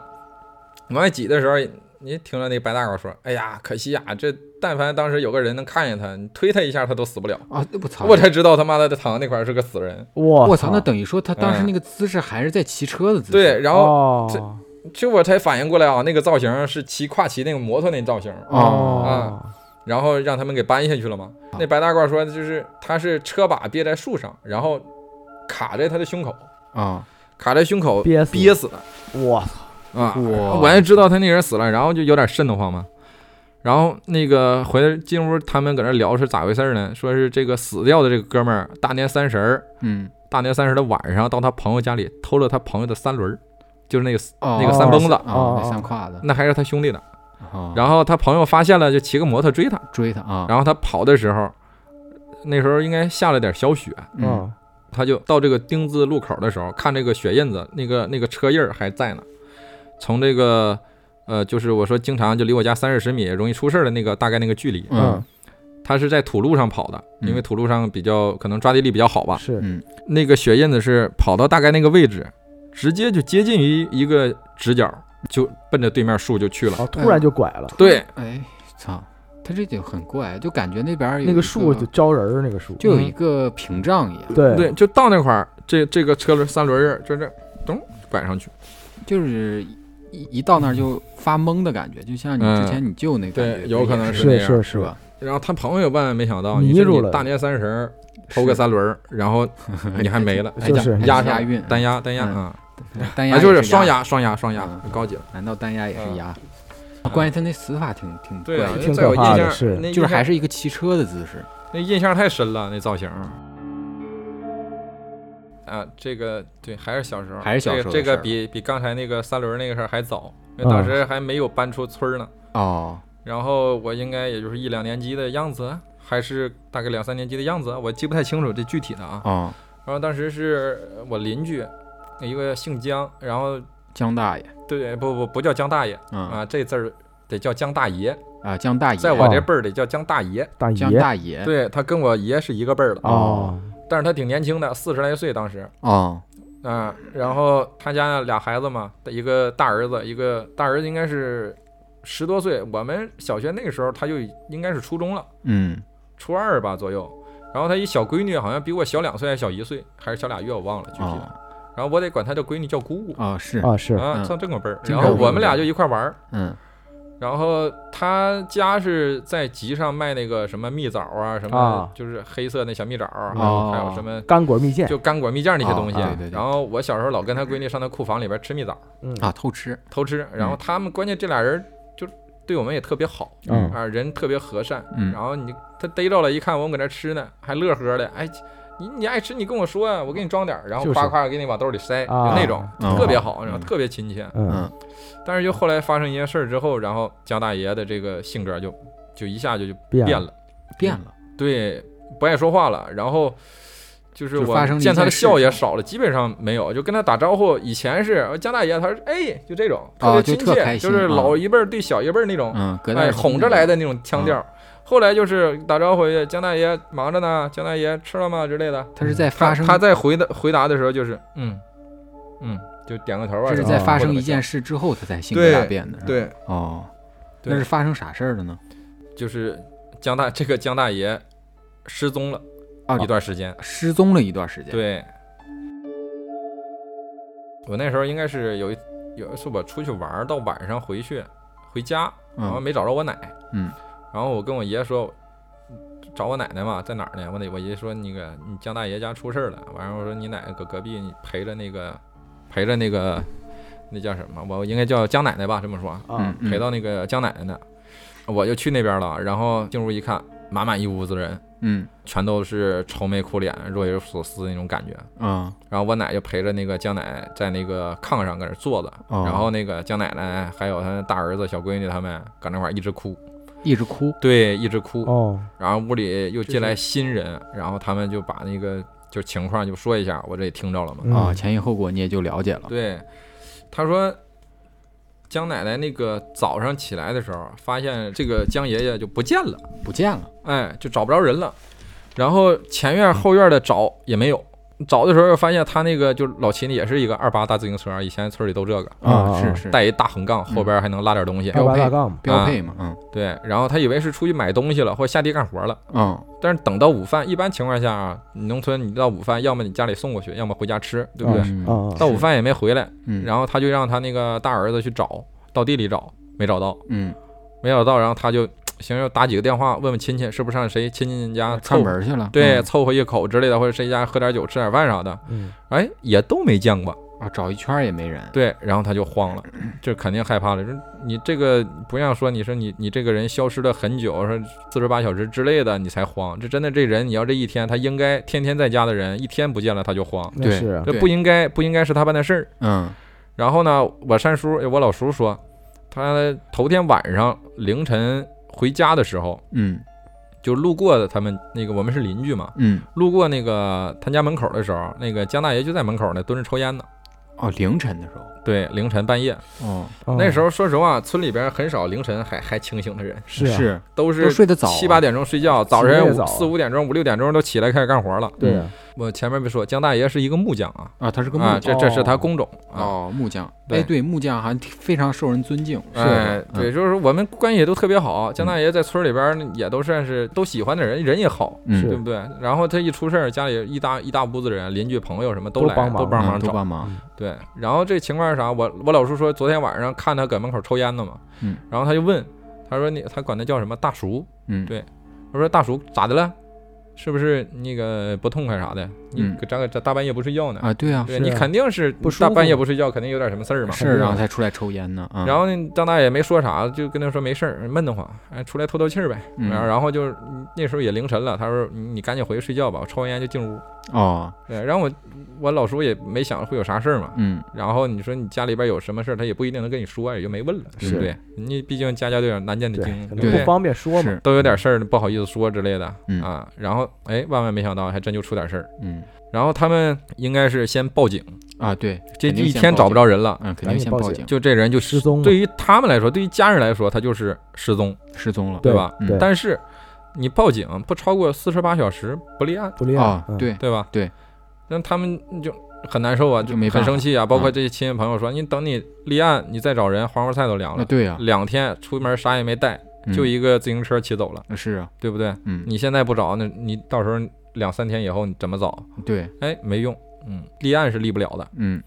A: 往外挤的时候。你听着那白大褂说：“哎呀，可惜呀、这但凡当时有个人能看见他，你推他一下，他都死不了。
C: 啊我操
A: 我才知道他妈的他躺在那块儿是个死人。
B: 我
C: 我操那等于说他当时那个姿势还是在骑车的姿势。
A: 嗯对，然后
B: 哦
A: 这就我才反应过来啊，那个造型是骑跨骑那个摩托那造型，
B: 哦
A: 然后让他们给搬下去了嘛。那白大褂说，就是他是车把别在树上，然后卡在他的胸口，
C: 啊
A: 卡在胸口
B: 憋死
A: 憋死了
B: 我
A: 啊！
C: 哇
A: 我也知道他那人死了，然后就有点瘆得慌嘛。然后那个回来进屋，他们搁那聊是咋回事儿呢？说是这个死掉的这个哥们儿，大年三十儿，
C: 嗯
A: 大年三十的晚上到他朋友家里偷了他朋友的三轮儿，就是那个
C: 哦
A: 那个三蹦子
C: 啊
B: 哦
C: 那三胯子
A: 那还是他兄弟的。
C: 啊
A: 然后他朋友发现了，就骑个摩托追他。
C: 追他啊
A: 然后他跑的时候，那时候应该下了点小雪，
C: 嗯
B: 啊
A: 他就到这个丁字路口的时候，看这个血印子，那个那个车印儿还在呢。从这个呃，就是我说经常就离我家三四十米容易出事儿的那个大概那个距离，
C: 嗯
A: 他是在土路上跑的，
C: 嗯
A: 因为土路上比较可能抓地力比较好吧。
B: 是
C: 嗯
A: 那个血印子是跑到大概那个位置，直接就接近于一个直角，就奔着对面树就去了。
B: 哦，突然就拐了，
A: 对，
C: 哎操他这就很怪就感觉那边儿有
B: 那
C: 一
B: 个树就招人儿，那个树
C: 嗯
B: 嗯
C: 就有一个屏障一样，
B: 对
A: 对，就到那块儿，这这个车轮三轮儿就这咚拐上去，
C: 就是一一到那儿就发懵的感觉，就像你
A: 嗯
C: 之前你救那感觉，
A: 对有可能
C: 也
A: 是那
B: 是
A: 样
B: 是
C: 是吧？
A: 然后他朋友万万没想到，
B: 迷
A: 你说
B: 住
A: 你
B: 了
A: 大年三十儿偷 个三轮儿，然后你还没了，
C: 哎
B: 就是
C: 还
A: 压
C: 押
A: 上
C: 韵，
A: 单压单压
C: 嗯
A: 啊，
C: 单
A: 啊
C: 压
A: 就是
C: 也
A: 双，压双压双压
C: 嗯，
A: 高级了。
C: 难道单压也是
A: 嗯
C: 压？关于他那死法挺挺怪
A: 对啊
C: 的，
B: 挺
A: 在我
B: 可
A: 印
B: 怕的
A: 象
B: 是
A: 那
C: 就是还
A: 是
C: 是一个骑车的姿势，
A: 那印象太深了，那造型。啊，这个对，还是小时候，
C: 还是小时候的
A: 这个这
C: 事
A: 个
C: 儿
A: 比比刚才那个三轮儿那个事儿还早，因为当时还没有搬出村儿呢。
C: 哦
A: 然后我应该也就是一两年级的样子，还是大概两三年级的样子，我记不太清楚这具体的啊。
C: 哦，
A: 然后当时是呃我邻居，一个姓江，然后
C: 江大爷，
A: 对不不不叫江大爷
C: 嗯
A: 啊，这字儿得叫江大爷，
C: 啊江大爷，
A: 在我这辈儿得叫江大爷。
B: 大
C: 江
B: 爷
C: 大爷，
A: 对他跟我爷是一个辈儿的，
B: 哦
A: 但是他挺年轻的，四十来岁当时。
C: 哦
A: 嗯、啊，然后他家俩孩子嘛，一个大儿子，一个大儿子应该是十多岁，我们小学那个时候他就已应该是初中了，
C: 嗯
A: 初二吧左右。然后他一小闺女好像比我小两岁，还小一岁，还是小俩月，我忘了具体的。
C: 哦
A: 然后我得管她叫闺女叫姑姑
C: 哦是
B: 啊，是
A: 啊，
C: 嗯
A: 算正个辈儿。
C: 经
A: 然
C: 常
A: 后
C: 会有
A: 我们俩
C: 这
A: 就一块玩儿。
C: 嗯
A: 然后他家是在集上卖那个什么蜜枣啊，什么
B: 啊
A: 就是黑色那小蜜枣儿，
C: 哦
A: 还有什么
B: 干果蜜饯，
A: 就干果蜜酱那些东西。
C: 哦对对对
A: 然后我小时候老跟他闺女上他库房里边吃蜜枣儿
B: 嗯
C: 啊偷吃
A: 偷吃，
C: 嗯
A: 然后他们关键这俩人就对我们也特别好
B: 嗯
A: 啊，人特别和善。
C: 嗯
A: 然后你他逮着了，一看我们搁那吃呢，还乐呵的，哎。你你爱吃你跟我说啊，我给你装点儿，然后
B: 就是
A: 夸夸给你往兜里塞，
B: 啊
A: 就那种
C: 哦
A: 特别好，然后
C: 嗯
A: 特别亲切。
B: 嗯
A: 但是就后来发生一些事儿之后，然后江大爷的这个性格就就一下就就
B: 变
A: 变
B: 了
A: 了，
C: 变了
A: 对，不爱说话了，然后。就是
C: 就
A: 我
C: 发生了一
A: 见他的
C: 件事
A: 笑也少了，基本上没有。就跟他打招呼，以前是呃江大爷，他说哎，就这种特
C: 哦
A: 别
C: 就
A: 亲
C: 特
A: 切，
C: 开
A: 就
C: 心
A: 是
C: 啊
A: 老一辈儿对小一辈儿那种，
C: 嗯隔代
A: 哎，哄着来
C: 的
A: 的那种腔调。后来就是打招呼，江大爷忙着呢，江大爷吃了吗之类的。
C: 他是在
A: 他
C: 发生
A: 他在回答回答的时候就是嗯嗯，就点个头啊什
C: 这是
A: 么的。
C: 在
B: 哦
C: 发
A: 或者
C: 生一
A: 怎么
C: 件
A: 样
C: 事之后他才性格大变的是吧
A: 对，
C: 哦
A: 对
C: 那是发生啥事儿了呢
A: 就是江大这个江大爷失踪了
C: 啊
A: 一段时间，
C: 失踪了一段时间
A: 对。我那时候应该是有一有一次我出去玩儿，到晚上回去回家，然后
C: 嗯
A: 没找着我奶，
C: 嗯，
A: 然后我跟我爷说，找我奶奶嘛，在哪儿呢？我得我爷说那个你江大爷家出事儿了，完了我说你奶奶搁隔壁，你陪着那个陪着那个那叫什么？我应该叫江奶奶吧，这么说，
B: 啊
C: 嗯
A: 陪到那个江奶奶那，我就去那边了。然后进屋一看，满满一屋子人，
C: 嗯
A: 全都是愁眉苦脸、若有所思那种感觉。
C: 啊
A: 然后我奶就陪着那个江奶在那个炕上搁那坐着，
C: 哦
A: 然后那个江奶奶还有她大儿子、小闺女他们搁那块儿一直哭，
C: 一直哭
A: 对，一直哭。
B: 哦，
A: 然后屋里又进来新人，然后他们就把那个就情况就说一下，我这也听着了嘛。
B: 嗯
C: 啊前因后果你也就了解了
A: 对，他说江奶奶那个早上起来的时候，发现这个江爷爷就不见了，
C: 不见了
A: 哎，就找不着人了。然后前院后院的找也没有，找的时候发现他那个就老秦也是一个二八大自行车，以前村里都这个，
B: 啊
C: 是是
A: 带一大横杠，后边还能拉点东西。
C: 嗯
B: 二八大杠嘛，
C: 标配嘛嗯
A: 对，然后他以为是出去买东西了或下地干活了，
C: 嗯
A: 但是等到午饭，一般情况下啊，农村你到午饭，要么你家里送过去，要么回家吃，对不对？
C: 嗯
B: 啊啊
A: 到午饭也没回来，
C: 嗯
A: 然后他就让他那个大儿子去找，到地里找，没找到，
C: 嗯
A: 没找到，然后他就行，就打几个电话问问亲戚，是不是上谁亲戚家
C: 串
A: 凑
C: 门儿去了
A: 对，
C: 嗯
A: 凑合一口之类的，或者谁家喝点酒吃点饭啥的，
B: 嗯
A: 哎，也都没见过。
C: 啊找一圈儿也没人
A: 对，然后他就慌 了，这肯定害怕了。说你这个不像说你说你你这个人消失了很久，说四十八小时之类的，你才慌。这真的这人，你要这一天，他应该天天在家的人，一天不见了他就慌，
B: 那
C: 对
B: 是啊
A: 这
C: 对
A: 不应该不应该是他办的事儿。
C: 嗯
A: 然后呢，我三叔我老叔说，他头天晚上凌晨回家的时候，
C: 嗯
A: 就路过他们那个我们是邻居嘛，
C: 嗯
A: 路过那个他家门口的时候，那个江大爷就在门口呢蹲着抽烟呢。
C: 哦凌晨的时候
A: 对，凌晨半夜，
C: 哦
A: 那时
B: 候
A: 候说实话，村里边很少凌晨还还清醒的人，
B: 是啊
C: 是
A: 都
C: 都
A: 是
C: 睡得早
A: 七八点钟睡觉，早
B: 起得
A: 晨
B: 也
A: 五
B: 早
A: 四五点钟、五六点钟都起来开始干活了。
B: 对啊
A: 我前面没说，江大爷是一个木匠啊，
C: 啊他是个木
A: 啊，
C: 匠
A: 这这是他工种啊。
C: 哦，木匠，
A: 对
C: 哎，对，木匠好像挺非常受人尊敬，
A: 哎，
C: 嗯
A: 对，，就是我们关系也都特别好。江大爷在村里边也都算是都喜欢的人，人也好，
C: 嗯，
B: 是
A: 对不对？然后他一出事儿，家里一大一大屋子人，邻居朋友什么都
B: 都
A: 来，
B: 帮忙
A: 都帮
C: 嗯
A: 忙
C: 都
A: 找。
C: 帮忙，
A: 对，然后这情况是啥？我我老叔说昨天晚上看他搁门口抽烟呢嘛，
C: 嗯，
A: 然后他就问，他说你他管他叫什么大叔？
C: 嗯，
A: 对他说大叔咋的了？是不是那个不痛快啥的？你
C: 嗯
A: 搁这个这大半夜不睡觉呢？
C: 啊，对啊，
A: 对
B: 是
A: 你
B: 啊
A: 肯定是
B: 不舒
A: 大半
B: 服
A: 夜不睡觉，肯定有点什么事儿嘛。
B: 肯
C: 是，啊
B: 定
C: 然后
B: 的
C: 才出来抽烟呢，啊，
A: 然后呢，张大爷没说啥，就跟他说没事儿，闷得慌，哎，出来透透气儿呗。
C: 嗯
A: 然后然后就是那时候也凌晨了，他说你你赶紧回去睡觉吧，我抽完烟就进屋。
C: 哦，
A: 对，然后我我老叔也没想会有啥事儿嘛，
C: 嗯，
A: 然后你说你家里边有什么事儿，他也不一定能跟你说，也就没问了，对不
B: 是
A: 对？你毕竟家家都有难念的
B: 对，
A: 经，对
B: 可能
A: 不
B: 不
A: 对？
B: 方便说嘛，
C: 是，
A: 都有点事儿不好意思说之类的、
C: 嗯
A: 啊。然后哎，万万没想到还真就出点事儿。
C: 嗯，
A: 然后他们应该是先报警，
C: 啊，对，
A: 这
C: 肯定
A: 一
C: 先
A: 天
C: 报
A: 找不
C: 警，
A: 着人了，
C: 嗯，肯
B: 赶
C: 定
B: 紧
C: 先
B: 报
C: 报
B: 警
C: 警，
A: 就这人就
B: 失踪了
A: 对于他们来说，对于家人来说，他就是失踪，
C: 失踪了，
A: 对
B: 对
A: 吧？
C: 嗯
B: 对，
A: 但是你报警不超过四十八小时不立案，
B: 不厉害
C: 啊，
B: 嗯
C: 对，
A: 对吧？
C: 对。
A: 那他们就很难受啊，
C: 就
A: 就
C: 没办
A: 很
C: 法
A: 生气啊。包括
C: 嗯
A: 这些亲戚朋友说，你等你立案，你再找人，黄花菜都凉
C: 那
A: 了。
C: 对呀、
A: 两天出门啥也没带，
C: 啊嗯
A: 就一个自行车骑走了，
C: 那是啊，
A: 对不对？
C: 嗯，
A: 你现在不找，那你到时候两三天以后你怎么找？
C: 对，
A: 哎，没用，嗯，立案是立不了的。
C: 嗯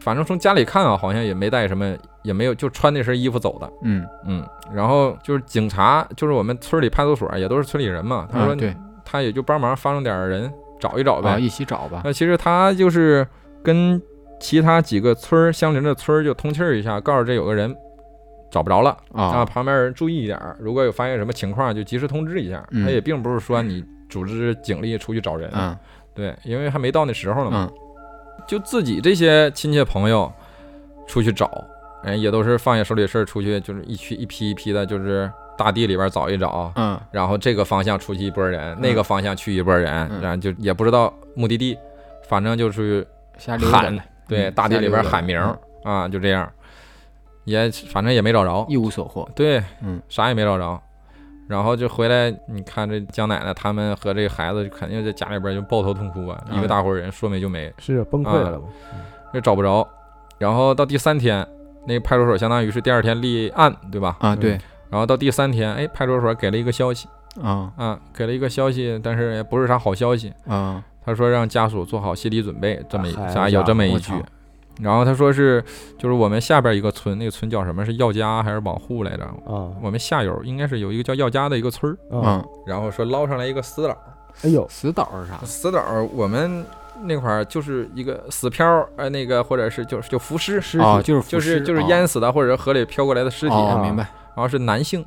A: 反正从家里看啊，好像也没带什么，也没有，就穿那身衣服走的，
C: 嗯，
A: 嗯。然后就是警察，就是我们村里派出所也都是村里人嘛，他
C: 啊
A: 说、
C: 对
A: 他也就帮忙发动点儿人找一找呗。
C: 啊，一起找吧，
A: 那其实他就是跟其他几个村儿相邻的村儿就通气儿一下，告诉这有个人找不着了啊，
C: 啊，
A: 旁边人注意一点儿，如果有发现什么情况就及时通知一下。
C: 嗯
A: 他也并不是说你组织警力出去找人，
C: 嗯
A: 对，因为还没到那时候呢嘛，
C: 嗯
A: 就自己这些亲戚朋友出去找，人也都是放下手里事儿出去，就是一区一批一批的，就是大地里边找一找。
C: 嗯
A: 然后这个方向出去一波人，那个方向去一波人，
C: 嗯
A: 然后就也不知道目的地，反正就是
C: 瞎溜达
A: 喊，对，
C: 嗯
A: 大地里边喊名、
C: 嗯
A: 啊，就这样，也反正也没找着，
C: 一无所获，
A: 对，
C: 嗯，
A: 啥也没找着，然后就回来，你看这江奶奶他们和这个孩子肯定在家里边就抱头痛哭啊，
C: 嗯
A: 一个大伙人说没就没，
B: 是崩溃了嘛？
A: 就找不着，然后到第三天，那个派出所相当于是第二天立案，对吧？
C: 啊对
A: 然后到第三天，哎，派出所给了一个消息
C: 啊
A: 啊，给了一个消息，但是也不是啥好消息，
C: 啊
A: 他说让家属做好心理准备，这么一
B: 哎呀
A: 啥有这么一句
C: 我操。
A: 然后他说是，就是我们下边一个村，那个村叫什么？是药家还是往户来着？
B: 啊
A: 我们下游应该是有一个叫药家的一个村儿。
B: 啊！
C: 嗯，
A: 然后说捞上来一个死岛，
B: 哎呦，
C: 死岛是啥？
A: 哦死岛我们那块儿就是一个死漂，呃，那个或者是就是就浮尸，
B: 尸
C: 啊，
B: 体
C: 就是
A: 哦就
C: 腐
A: 是
C: 尸
A: 就是
C: 啊
A: 淹死的或者河里飘过来的尸体，
C: 哦
B: 啊
C: 明白？
A: 然后是男性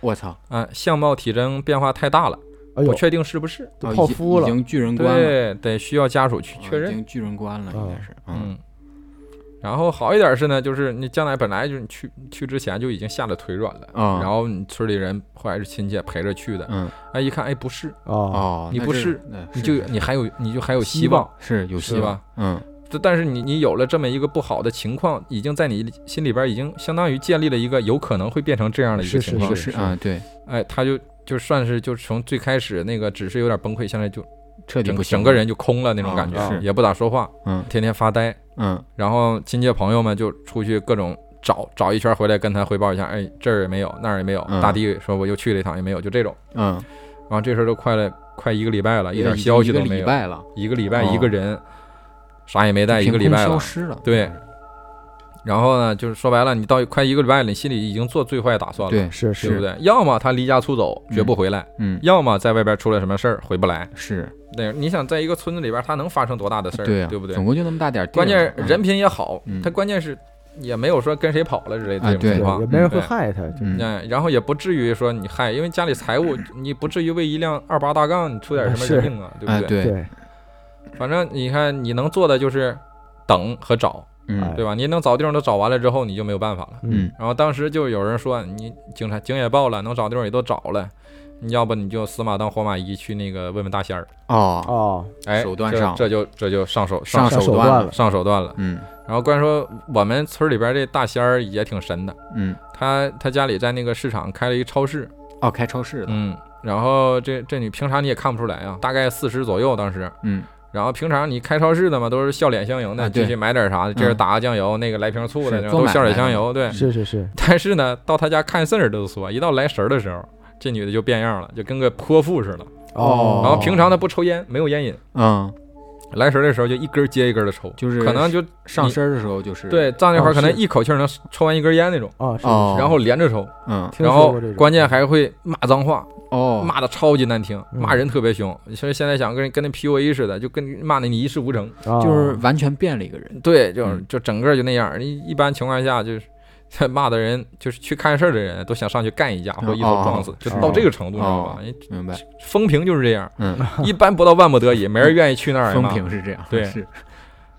C: 我操，
A: 啊，相貌体征变化太大了，
B: 哎
A: 不
B: 呦，
A: 确定是不是，
B: 都
C: 啊
B: 泡
C: 已经
B: 芙了
C: 已经巨人关了，
A: 对，得需要家属去
C: 啊
A: 确认
C: 已。经巨人关了，应该是，嗯
A: 嗯，然后好一点是呢，就是你将来本来就是你去去之前就已经吓得腿软了，
C: 啊
A: 然后你村里人或者是亲戚陪着去的，
C: 嗯
A: 哎一看哎不是，
B: 啊，
C: 哦，
A: 你
C: 那
A: 不
C: 这
A: 是，
C: 那
A: 你
C: 是
A: 就是你还有你就还有
B: 希
A: 希
B: 望
A: 望，
C: 是有希
A: 是
C: 望
A: 吧，
C: 嗯
A: 这但是你你有了这么一个不好的情况，已经在你心里边已经相当于建立了一个有可能会变成这样的一个
B: 是
A: 情
B: 是
A: 况，
C: 不
B: 是
C: 啊，对，
A: 哎他就就算是就从最开始那个只是有点崩溃，现在就
C: 彻底
A: 整
C: 不行
A: 整个人就空了那种
C: 啊
A: 感觉，
B: 是
A: 也不咋说话，
C: 嗯
A: 天天发呆，
C: 嗯
A: 然后亲戚朋友们就出去各种找找一圈回来，跟他汇报一下，哎，这儿也没有，那儿也没有，
C: 嗯
A: 大地说我又去了一趟也没有，就这种。
C: 嗯，
A: 然后这事儿都快了快一个礼拜了，
C: 已
A: 一点
C: 经
A: 消息
C: 一个
A: 都没
C: 礼
A: 有，
C: 拜了，
A: 一个礼拜
C: 哦
A: 一个人，啥也没带，一
C: 凭
A: 个礼
C: 空
A: 拜
C: 消
A: 了。
C: 失了，
A: 对然后呢，就是说白了，你到快一个礼拜了，你心里已经做最坏打算了，
C: 对，
B: 是
A: 对不
B: 是，
A: 对？要么他离家出走，
C: 嗯
A: 绝不回来；
C: 嗯
A: 要么在外边出了什么事儿回不来。
C: 是，
A: 那你想，在一个村子里边，他能发生多大的事儿？
C: 对啊，
A: 对不对？
C: 总共就那么大点儿地儿
A: 关
C: 嘛，
A: 键
C: 嗯
A: 人品也好
C: 嗯，
A: 他关键是也没有说跟谁跑了之类
C: 啊
A: 的这种情
C: 对
B: 对，也
A: 况。
B: 没人
A: 对
B: 会害他，就
C: 嗯
A: 嗯，然后也不至于说你害，因为家里财务，你不至于为一辆二八大杠你出点什么
B: 是
A: 人命啊，对
C: 哎
A: 不对？
C: 对，
B: 对，
A: 反正你看，你能做的就是等和找，
C: 嗯
B: 哎
A: 对吧？你能找地方都找完了之后，你就没有办法了。
B: 嗯，
A: 然后当时就有人说，你警察警也报了，能找地方也都找了，你要不你就死马当活马医去那个问问大仙儿，
C: 哦，
B: 哦，
A: 哎，
C: 手段
A: 这
C: 上
A: 这就这就上手
C: 上
B: 上
C: 手
B: 手
C: 段
B: 段
C: 了
B: 了，
A: 上手段了。
C: 嗯
A: 然后关键说我们村里边这大仙儿也挺神的，
C: 嗯，
A: 他他家里在那个市场开了一超市，
C: 哦，开超市了，
A: 嗯，然后这这你平常你也看不出来啊，大概四十左右当时。
C: 嗯
A: 然后平常你开超市的嘛，都是笑脸相迎
C: 啊
A: 的，
C: 对
A: 进去买点啥的，这是
C: 嗯
A: 打个酱油，那个来瓶醋的，
C: 是
A: 然
C: 做
A: 后都
C: 买
A: 笑脸
C: 卖的
A: 相迎，对。
B: 是是是，
A: 但是呢，到他家看事儿都说，一到来神儿的时候，这女的就变样了，就跟个泼妇似的。
C: 哦
A: 然后平常她不抽烟，没有烟瘾，
C: 嗯，
A: 来神儿的时候就一根儿接一根的抽，
C: 就是
A: 可能就
C: 上身儿的时候就是，
A: 对站那会儿
B: 哦
A: 可能
B: 是
A: 一口气儿能抽完一根烟那种，
B: 啊，是，
C: 哦，
A: 然后连着抽，
C: 嗯
B: 听
A: 然
B: 说
A: 后
B: 过这种
A: 关键还会骂脏话，
C: 哦，
A: 骂的超级难听，
B: 嗯
A: 骂人特别凶。其实现在想跟人跟那 PUA 似的，就跟骂的你一事无成。
B: 啊
C: 就是完全变了一个人，
A: 对，就是
C: 嗯
A: 就整个就那样。一一般情况下就是。 骂的人就是去看事儿的人都想上去干一架或者一头撞死
C: 哦，
A: 就到这个程度，你
C: 哦
A: 知道吧？你
C: 明白？
A: 风评就是这样，
C: 嗯，
A: 一般不到万不得 已，没人愿意去那儿。
C: 风评，是这样，
A: 对
C: 是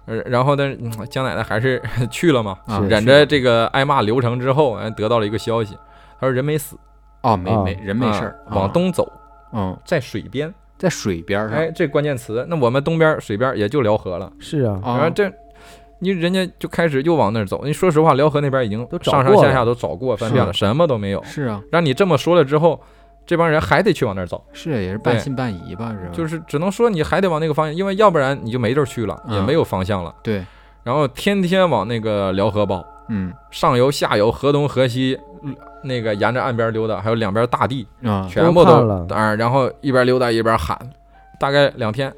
A: 呃然后但是嗯江奶奶还是去了嘛，
C: 啊
B: 是，
A: 忍
C: 是
A: 着这个挨骂流程之后，哎得到了一个消息，他说人没死，
C: 哦，没
B: 啊
C: 没人没事儿
A: 啊，往
C: 啊，
A: 东走，
C: 嗯，
A: 在水边。
C: 在水边儿上，
A: 哎，这关键词，那我们东边水边也就辽河了。
B: 是啊，
C: 啊，
A: 然后这，你人家就开始又往那儿走。你说实话，辽河那边已经
B: 都找
A: 上上
B: 过
A: 下
B: 了
A: 下都找过翻
C: 是啊
A: 遍了，什么都没有。
C: 是啊，
A: 让你这么说了之后，这帮人还得去往那儿走，
C: 是啊也是半
A: 对
C: 信半疑吧，是吧？
A: 就是只能说你还得往那个方向，因为要不然你就没地儿去了，也
C: 嗯
A: 没有方向了。
C: 对，
A: 然后天天往那个辽河跑，
C: 嗯
A: 上游、下游、河东、河西，嗯那个沿着岸边溜达，还有两边大地，
C: 啊，
A: 全部
B: 都
A: 都
B: 看了
A: 啊，然后一边溜达一边喊，大概两天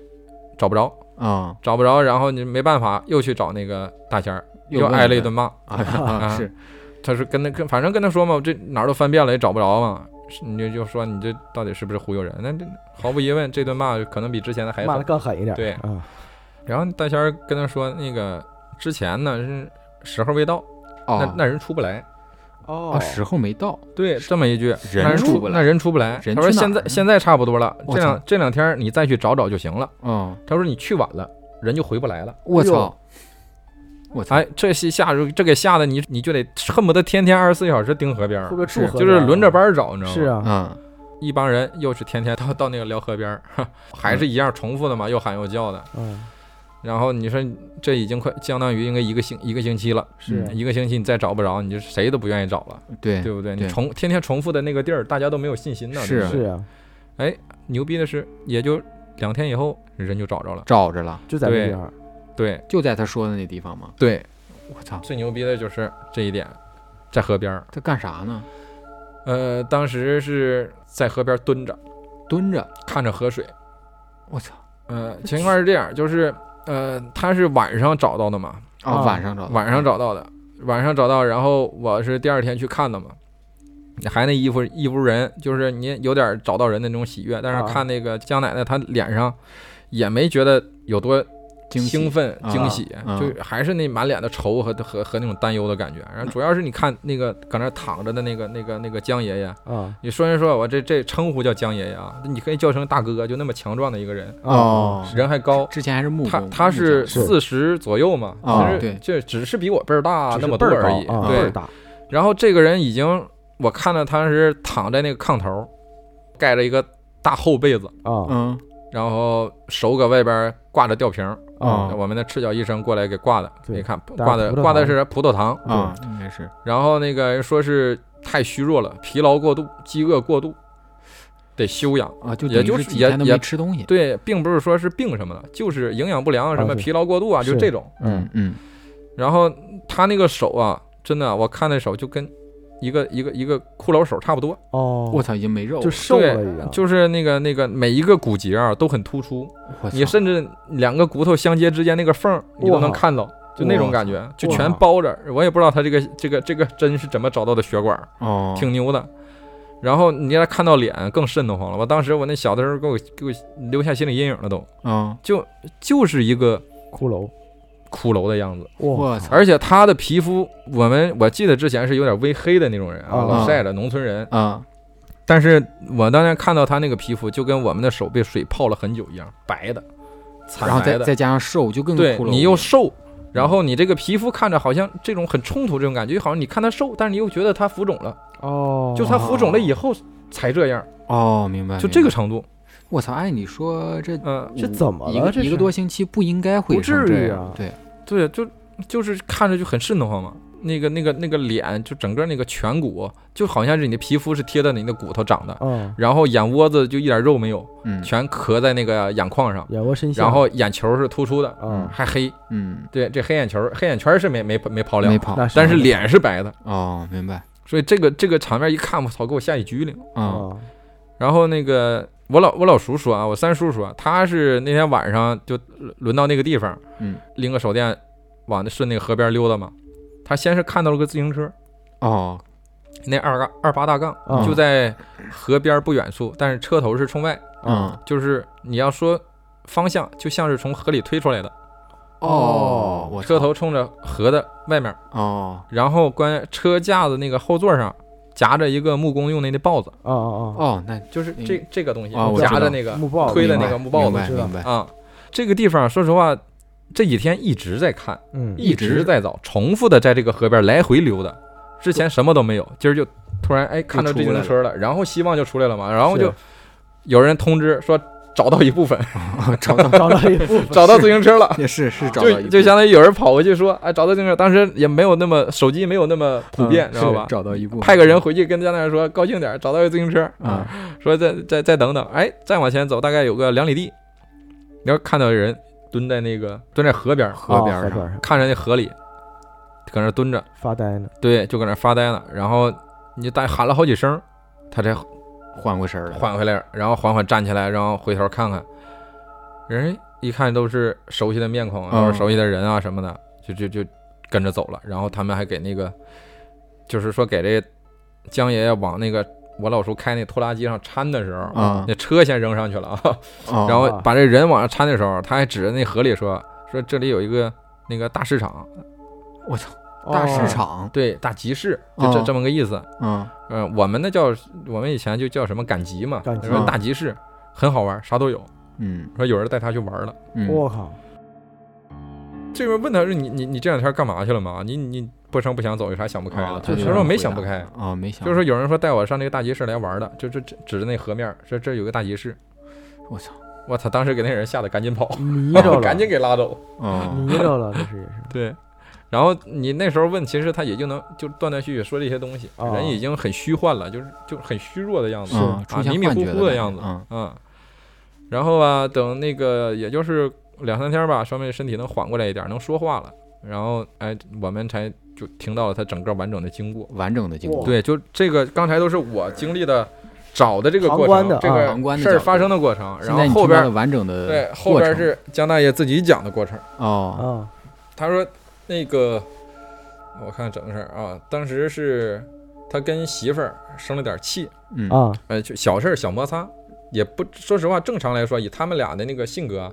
A: 找不着，
C: 啊，
A: 找不着，然后你没办法又去找那个大仙儿，又
C: 问
A: 挨了一
C: 问
A: 顿骂。
C: 啊啊，
A: 啊
C: 是
A: 他是跟他跟反正跟他说嘛，我这哪儿都翻遍了也找不着嘛，是你就就说你这到底是不是忽悠人？那这毫无疑问，这顿骂可能比之前的还
B: 骂的
A: 狠。
B: 更狠一点。
A: 对
B: 啊，
A: 然后大仙儿跟他说，那个之前呢是时候未到，那
C: 哦
A: 那人出不来。
B: 哦
C: 哦，时候没到，
A: 对，这么一句，
C: 人
A: 那人
C: 出不来
A: 那人出不来。
C: 人
A: 他说
C: 去哪
A: 现
C: 儿
A: 在
C: 呢
A: 现在差不多了，
C: 我
A: 这
C: 操
A: 两这两天你再去找找就行了。
C: 嗯，
A: 他说你去晚了，人就回不来了。
C: 我
B: 哎呦
C: 操，我操，
A: 哎，这戏吓着，这给吓得你，你就得恨不得天天二十四小时盯河边
B: 会
A: 儿
B: 不，会
C: 是
B: 祝贺？
A: 就是轮着班儿找，你知道吗？
B: 是啊，
C: 嗯，
A: 一帮人又是天天到到那个辽河边儿， 哈还
C: 嗯
A: 是一样重复的嘛，又喊又叫的。
B: 嗯，
A: 然后你说这已经快相当于应该一个星一个星期了，
B: 是
C: 嗯
A: 一个星期你再找不着，你就谁都不愿意找了，
C: 对，
A: 对不对？
C: 嗯对
A: 你重天天重复的那个地儿，大家都没有信心呢。
C: 是
A: 对不对
B: 是啊，
A: 牛逼的是，也就两天以后人就找着了。
C: 找着了，
B: 就在那
A: 对
B: 地方。
A: 对
C: 就在他说的那地方嘛，
A: 对，
C: 我操，
A: 最牛逼的就是这一点，在河边儿。
C: 他干啥呢？
A: 呃，当时是在河边蹲着，
C: 蹲着，
A: 看着河水。
C: 我操，
A: 呃，情况是这样，就是呃，他是晚上找到的嘛，
C: 啊，
B: 啊
C: 晚上找的，
A: 晚上找到的，晚上找到，然后我是第二天去看的嘛。还那一副一屋人，就是你有点找到人的那种喜悦，但
B: 啊
A: 是看那个江奶奶，她脸上也没觉得有多
C: 惊喜
A: 兴奋、
C: 啊
A: 惊喜，
C: 啊
A: 就还是那满脸的愁和和和那种担忧的感觉。
B: 嗯
A: 然后主要是你看那个搁那躺着的那个那个那个江爷爷，
B: 啊
A: 你说人说我这这称呼叫江爷爷啊，你可以叫声大哥，就那么强壮的一个人，
B: 啊
C: 哦，
A: 人还高，
C: 之前还是木
A: 他
C: 工
A: 他是
C: 木
B: 是
A: 四十左右嘛，
C: 啊
A: 其实
C: 对
A: 这只是比我辈儿大
B: 只是
A: 那么
B: 辈
A: 多
B: 儿
A: 而
B: 高
A: 已。
B: 啊
C: 对
B: 辈儿大，
A: 然后这个人已经，我看到他是躺在那个炕头儿，盖着一个大厚被子，
C: 匠
B: 啊
C: 嗯
A: 然后手搁外边儿挂着吊瓶儿，
C: 啊
A: 我们的赤脚医生过来给挂的，
B: 对
A: 你看
B: 打
A: 挂的
B: 葡萄
A: 挂的
B: 糖
A: 是葡萄糖，
C: 啊，应该是
A: 然后那个人说是太虚弱了，疲劳过度，饥饿过度，得休养。
C: 啊，就
A: 也
C: 等于
A: 就是是
C: 几
A: 也
C: 天都
A: 也
C: 没吃东西，
A: 对，并不是说是病什么的，就是营养不良什么
B: 啊是
A: 疲劳过度啊，就是这种。
B: 嗯
C: 嗯，
A: 然后他那个手啊，真的，我看那手就跟一个一个一个骷髅手差不多，
B: 哦，
C: 我操，已经没肉了，
B: 就瘦了一样，
A: 就是那个那个每一个骨节啊都很突出，
C: 我操
A: 你甚至两个骨头相接之间那个缝儿你都能
B: 哇
A: 看到，就那种
C: 哇
A: 感觉，就
C: 哇
A: 全包着。我也不知道他这个这个这个针是怎么找到的血管儿，
C: 哦，
A: 挺牛的。然后你再看到脸更瘆得慌了，我当时我那小的时候给我给我留下心理阴影了都，
C: 嗯，
A: 就就是一个
B: 骷髅，
A: 骷髅的样子。
C: 我
B: 哇，
C: 操，
A: 而且他的皮肤，我们我记得之前是有点微黑的那种人啊，
C: 哦
B: 啊
A: 老晒着农村人。
C: 啊，
A: 但是我当年看到他那个皮肤，就跟我们的手被水泡了很久一样，白的，惨
C: 然后
A: 白
C: 再
A: 的。
C: 再加上瘦，就更
A: 对
C: 骷髅
A: 你又瘦，然后你这个皮肤看着好像这种很冲突这种感觉，好像你看他瘦，但是你又觉得他浮肿了，
B: 哦，
A: 就他浮肿了以后才这样，
C: 哦，明白，
A: 就这个
C: 明白，
A: 程度。
C: 我操，按理说这
A: 嗯，
B: 这怎么了
C: 一个
B: 这
C: 一个
B: 是
C: 多星期不应该会
B: 不
C: 成
B: 至
C: 这
B: 于
C: 样
B: 啊
C: 对，
A: 对，就就是看着就很瘆得慌嘛。那个那个那个脸，就整个那个颧骨，就好像是你的皮肤是贴在你的骨头长的，
B: 啊，
A: 然后眼窝子就一点肉没有，
C: 嗯
A: 全磕在那个眼眶上，
B: 眼窝深陷，
A: 然后眼球是突出的，
B: 啊，
A: 还黑。
C: 嗯，
A: 对，这黑眼球、黑眼圈是没没没跑了
C: 没，跑
B: 那
A: 但是脸是白的。
C: 哦，明白
A: 所以这个这个场面一看，我操，给我吓一激灵。
C: 啊，
B: 啊
A: 然后那个我老我老叔说啊，我三叔说，他是那天晚上就轮到那个地方，
C: 嗯，
A: 拎个手电往那顺那个河边溜达嘛。他先是看到了个自行车，
C: 哦，
A: 那二杠二八大杠
B: 啊
A: 就在河边不远处，但是车头是冲外。
C: 嗯，
A: 就是你要说方向，就像是从河里推出来的，
C: 哦，我
A: 车
C: 操
A: 头冲着河的外面，
C: 哦
A: 然后关车架子那个后座上夹着一个木工用的那豹子，
B: 啊啊
C: 哦，那
A: 就是
C: 嗯
A: 这这个东西
C: 啊我知道
A: 哦夹着那
B: 啊，
A: 个
B: 木豹
A: 推的
B: 明
A: 那
B: 白
A: 个木豹
C: 明
A: 子
C: 白
B: 知道
C: 明白，
A: 啊。这个地方说实话，这几天一直在看，
B: 嗯
A: 一
C: 一直
A: 直在找，重复的在这个河边来回溜达。之前什么都没有，今儿就突然哎看到
C: 出
A: 自行
C: 来
A: 车了，然后希望就出来了嘛，然后
B: 是
A: 就有人通知说找到一部分，
C: 找到
B: 找到一部分，
A: 找到自行车了。
C: 也是 是找到
A: 就
C: 一部
A: 就相当于有人跑过去说，哎，找到自行车，当时也没有那么手机没有那么普遍，
C: 嗯
A: 知道
C: 是
A: 吧？
C: 找到一部分
A: 派个人回去跟家长说，高兴点儿，找到一个自行车，
C: 啊，
A: 说再再再等等，哎，再往前走大概有个两里地，你要看到有人蹲在那个蹲在河边儿，
B: 河
C: 边
B: 河
C: 上
B: 哦边上
A: 看着那河里，搁那蹲着，
B: 发呆呢，
A: 对，就搁那发呆呢，然后你大概喊了好几声，他才
C: 换过身儿了，
A: 缓回来，然后缓缓站起来，然后回头看看，人一看都是熟悉的面孔啊，
C: 嗯
A: 或者熟悉的人啊什么的，就就就跟着走了。然后他们还给那个，就是说给这江爷爷往那个我老叔开那拖拉机上搀的时候，
C: 啊，
A: 那车先扔上去了啊，
C: 啊
A: 然后把这人往上搀的时候，他还指着那河里说说这里有一个那个大市场，
C: 大
B: 哦
C: 市场，
A: 对，大集市，就这
C: 哦
A: 这么个意思。
C: 嗯
A: 嗯，我们那叫我们以前就叫什么赶集嘛，
B: 赶集
A: 说大集市很好玩，啥都有。
C: 嗯
A: 说有人带他去玩了。
C: 嗯，
B: 我靠，
A: 哦这边问他说你你你这两天干嘛去了嘛？你你不声不响走，有啥想不开的？
C: 啊
A: 他
B: 就
A: 说没
C: 回
A: 想
C: 答
A: 不开，
C: 啊，没想，
A: 就是说有人说带我上这个大集市来玩的，就就指指着那河面说这有个大集市。
C: 我操，
A: 我操！当时给那人吓得赶紧跑，
B: 迷着了，
A: 赶紧给拉走。
C: 嗯
B: 迷着了，这是也是，
A: 对。然后你那时候问，其实他也就能就断断续续说这些东西，
B: 哦
A: 人已经很虚幻了，就是就很虚弱的样子。
C: 嗯，
A: 啊
C: 出现
A: 迷迷
C: 幻
A: 糊
C: 觉
A: 糊的
C: 感
A: 样
C: 觉
A: 子
C: 嗯
A: 嗯，然后啊，等那个也就是两三天吧，稍微身体能缓过来一点，能说话了，然后哎，我们才就听到了他整个完整的经过。
C: 完整的经过，
B: 哇
A: 对，就这个刚才都是我经历的找的这个过
B: 旁观
A: 程
B: 的，
A: 这
C: 啊旁
A: 个
C: 观的
A: 事儿
C: 角度
A: 发生的过程，
C: 现
A: 然
C: 在
A: 后
C: 你
A: 后
C: 听到了
A: 边
C: 完整的
A: 对后
C: 过
A: 边
C: 程
A: 是江大爷自己讲的过程，
C: 哦，
B: 啊，
A: 他说那个我看整个事儿啊，当时是他跟媳妇儿生了点气，
C: 嗯
B: 啊，
A: 呃，就小事儿、小摩擦，也不说实话，正常来说，以他们俩的那个性格啊，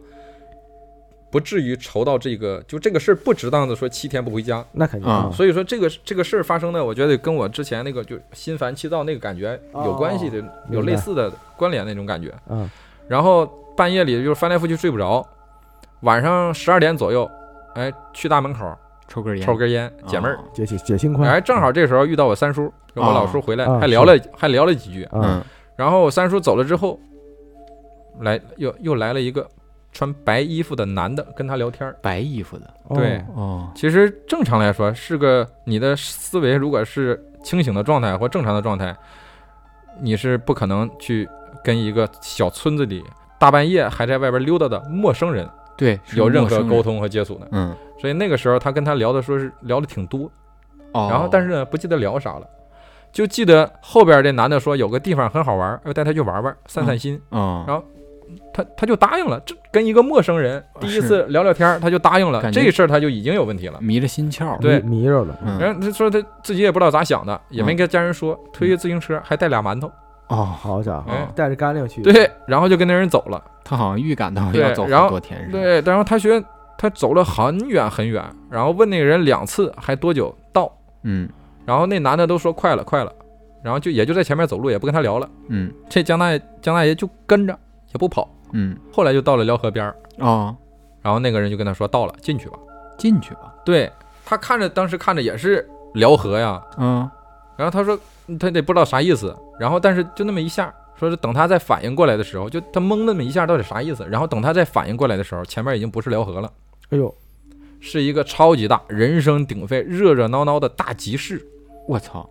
A: 不至于愁到这个，就这个事儿不值当的说七天不回家。
B: 那肯定
C: 啊
A: 所以说，这个这个事儿发生的，我觉得跟我之前那个就心烦气躁那个感觉有关系的，有类似的关联那种感觉。
B: 嗯，
A: 然后半夜里就是翻来覆去睡不着，晚上十二点左右，哎，去大门口
C: 抽根烟，
A: 抽根烟解闷儿。
C: 哦，
B: 解解解心宽，
A: 哎，正好这时候遇到我三叔，就我老叔回来，
B: 啊
A: 还聊了还聊了几句。
B: 啊，
C: 嗯
A: 然后我三叔走了之后，来又又来了一个穿白衣服的男的跟他聊天儿。
C: 白衣服的，
B: 哦
A: 对
C: 哦，
A: 其实正常来说，是个你的思维如果是清醒的状态或正常的状态，你是不可能去跟一个小村子里大半夜还在外边溜达的陌生人
C: 对，是
A: 有任
C: 陌
A: 何
C: 生
A: 沟
C: 人，
A: 通和接触的。
C: 嗯，
A: 所以那个时候他跟他聊的说是聊的挺多，
C: 哦，
A: 然后但是呢不记得聊啥了，就记得后边这男的说有个地方很好玩儿，哎要带他去玩玩散散心。
C: 嗯，
A: 然后他他就答应了，这跟一个陌生人
C: 啊
A: 第一次聊聊天儿，他就答应了，
C: 感觉嗯
A: 这事儿他就已经有问题了。
C: 迷了心窍，
A: 对
B: 迷迷着了，
C: 嗯，
A: 然后他说他自己也不知道咋想的，也没
C: 嗯
A: 跟家人说，推个自行车还带俩馒头，
C: 哦，
B: 好家伙，
A: 哎
B: 带着干粮 去，
A: 对，然后就跟那人走了，
C: 他好像预感到
A: 对
C: 要走
A: 然后
C: 很多天似的，
A: 对，然后他学他走了很远很远，然后问那个人两次还多久到，
C: 嗯
A: 然后那男的都说快了快了，然后就也就在前面走路，也不跟他聊了，
C: 嗯
A: 这江大爷江大爷就跟着也不跑，
C: 嗯，
A: 后来就到了辽河边儿，
C: 哦，
A: 然后那个人就跟他说到了，进去吧。
C: 进去吧，
A: 对他看着当时看着也是辽河呀，
C: 嗯，
A: 然后他说他得不知道啥意思，然后但是就那么一下，说是等他再反应过来的时候，就他懵那么一下到底啥意思，然后等他再反应过来的时候，前面已经不是辽河了，
B: 哎呦，
A: 是一个超级大、人声鼎沸、热热闹闹的大集市。
C: 我操，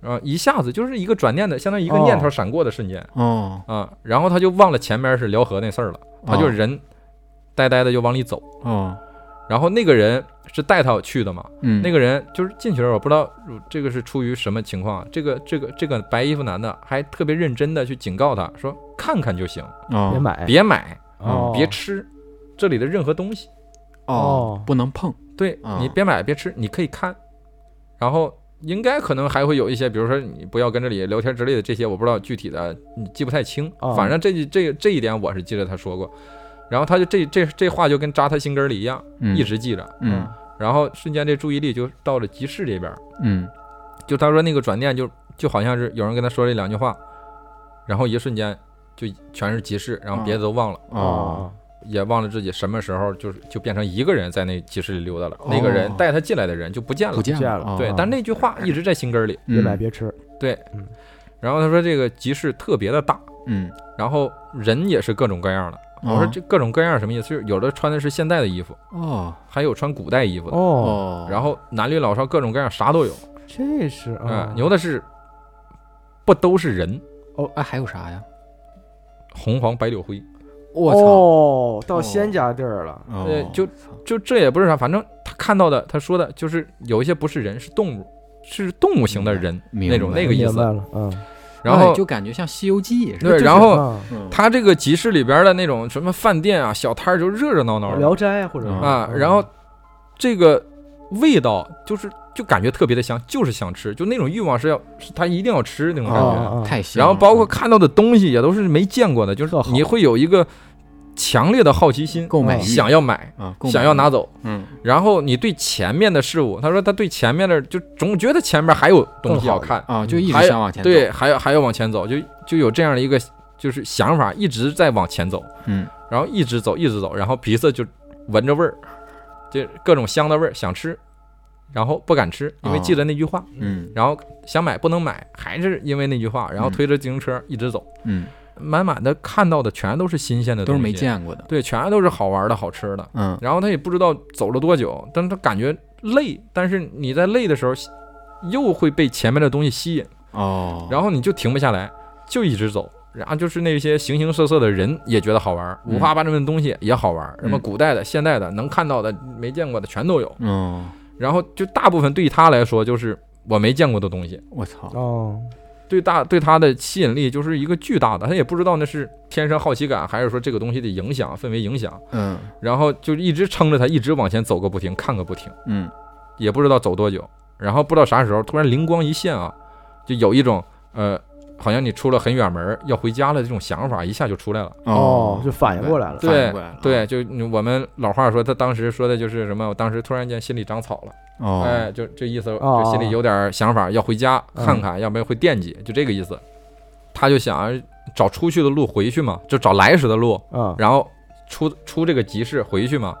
A: 啊！一下子就是一个转念的，相当于一个
B: 哦
A: 念头闪过的瞬间
C: 哦，
A: 啊、然后他就忘了前面是辽河那事儿了，他就
C: 哦
A: 人呆呆的就往里走。
C: 哦，
A: 然后那个人是带他去的嘛，
C: 嗯，
A: 那
C: 个
A: 个人就是进去的时候，我不知道呃这个是出于什么情况啊。这个这个这个白衣服男的还特别认真的去警告他说：“看看就行，
B: 别
C: 哦
B: 买，
A: 别买，
B: 哎哦
A: 别吃这里的任何东西。
B: 哦
C: 不能碰，
A: 对
C: 啊
A: 你别买别吃，你可以看。然后应该可能还会有一些，比如说你不要跟这里聊天之类的这些，我不知道具体的，你记不太清
B: 哦。
A: 反正这这这一点我是记得他说过。然后他就这这这话就跟扎他心根儿里一样，
C: 嗯
A: 一直记着。
C: 嗯
A: 然后瞬间这注意力就到了集市这边。”
C: 嗯
A: 就他说那个转念就就好像是有人跟他说这两句话，然后一瞬间就全是集市，然后别的都忘了，
B: 嗯
C: 哦，
A: 也忘了自己什么时候就是就变成一个人在那集市里溜达了，
C: 哦
A: 那个人带他进来的人就不见了。
C: 不见
B: 见
C: 了，
B: 了
A: 对
C: 哦，
A: 但那句话一直在心根儿里。
B: 别买
C: 嗯
B: 别吃，
A: 然后他说这个集市特别的大，
C: 嗯，
A: 然后人也是各种各样的。我说
C: 哦
A: 这各种各样什么意思？就是有的穿的是现代的衣服，
C: 哦
A: 还有穿古代衣服的，
B: 哦，
C: 哦，
A: 然后男女老少各种各样，啥都有。
B: 这是啊
A: 嗯，，牛的是不都是人，
C: 哎还有啥呀？
A: 红黄白柳灰，
C: 我操，
B: 哦，到
C: 哦
B: 仙家地儿了，
C: 哦
A: 呃就就这也不是啥，反正他看到的，他说的就是有一些不是人，是动物，是动物型的人
C: 明白
A: 那种那个意
B: 明白
A: 思。
B: 了，嗯，
A: 然后
C: 哎就感觉像《西游记》似的，
A: 对，然后
B: 啊
C: 嗯
A: 他这个集市里边的那种什么饭店啊、小摊儿就热热闹
C: 哦
A: 闹的
B: 聊斋啊或者是
A: 啊，
B: 嗯
A: 然后这个味道就是就感觉特别的香，就是想吃，就那种欲望是要是他一定要吃那种感觉。
C: 哦
B: 啊啊
C: 太香
A: 嗯
C: 了。
A: 然后包括看到的东西也都是没见过的，就是
B: 特好
A: 你会有一个强烈的好奇心，
C: 购买欲
A: 想要买，
C: 啊，购买
A: 想要拿走。
C: 嗯
A: 然后你对前面的事物，他说他对前面的就总觉得前面还有东西要看，
C: 啊，就一
A: 还
C: 直想往前走。
A: 对，还要还要往前走，就就有这样的一个就是想法，一直在往前走，
C: 嗯，
A: 然后一直走一直走，然后鼻子就闻着味儿，就各种香的味儿，想吃，然后不敢吃，因为
C: 啊
A: 记得那句话，
C: 嗯
A: 然后想买不能买，还是因为那句话，然后推着自行车一直走，
C: 嗯，
A: 满满的看到的全都是新鲜的
C: 都
A: 东
C: 是
A: 西，
C: 没见过的。
A: 对，全都是好玩的好吃的。
C: 嗯
A: 然后他也不知道走了多久，但是他感觉累，但是你在累的时候，又会被前面的东西吸引，
C: 哦，
A: 然后你就停不下来，就一直走。然后就是那些形形色色的人也觉得好玩，
C: 嗯
A: 五花八门的东西也好玩，什么
C: 嗯
A: 古代的、现代的，能看到的、没见过的全都有。
C: 嗯，
A: 然后就大部分对他来说就是我没见过的东西，
C: 我操，
B: 哦，
A: 对大对他的吸引力就是一个巨大的，他也不知道那是天生好奇感，还是说这个东西的影响氛围影响，
C: 嗯
A: 然后就一直撑着他，一直往前走个不停，看个不停。
C: 嗯
A: 也不知道走多久，然后不知道啥时候突然灵光一现啊，就有一种呃，好像你出了很远门儿要回家了这种想法一下就出来了。
B: 哦，就反应过来了，
A: 对
C: 反应过来了
A: 对，就我们老话说，他当时说的就是什么？我当时突然间心里长草了，
C: 哦，
A: 哎，就这意思，
B: 哦
A: 就心里有点想法，要回家
B: 嗯
A: 看看，要不然会惦记，就这个意思。他就想找出去的路回去嘛，就找来时的路，
B: 啊，
A: 然后出出这个集市回去嘛。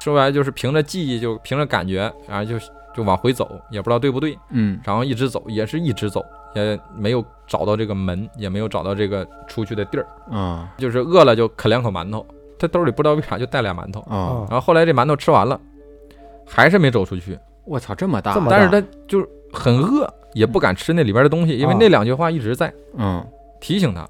A: 说白了就是凭着记忆，就凭着感觉，然后就就往回走，也不知道对不对。
C: 嗯
A: 然后一直走，也是一直走，也没有找到这个门，也没有找到这个出去的地儿，
C: 啊
A: 就是饿了就啃两口馒头，他兜里不知道为啥就带俩馒头，
C: 啊，
B: 啊
A: 然后后来这馒头吃完了，还是没走出去，
C: 我操，这么大，
B: 这么大
A: 但是他就是很饿，也不敢吃那里边的东西，因为
B: 啊
A: 那两句话一直在
C: 嗯
A: 提醒他，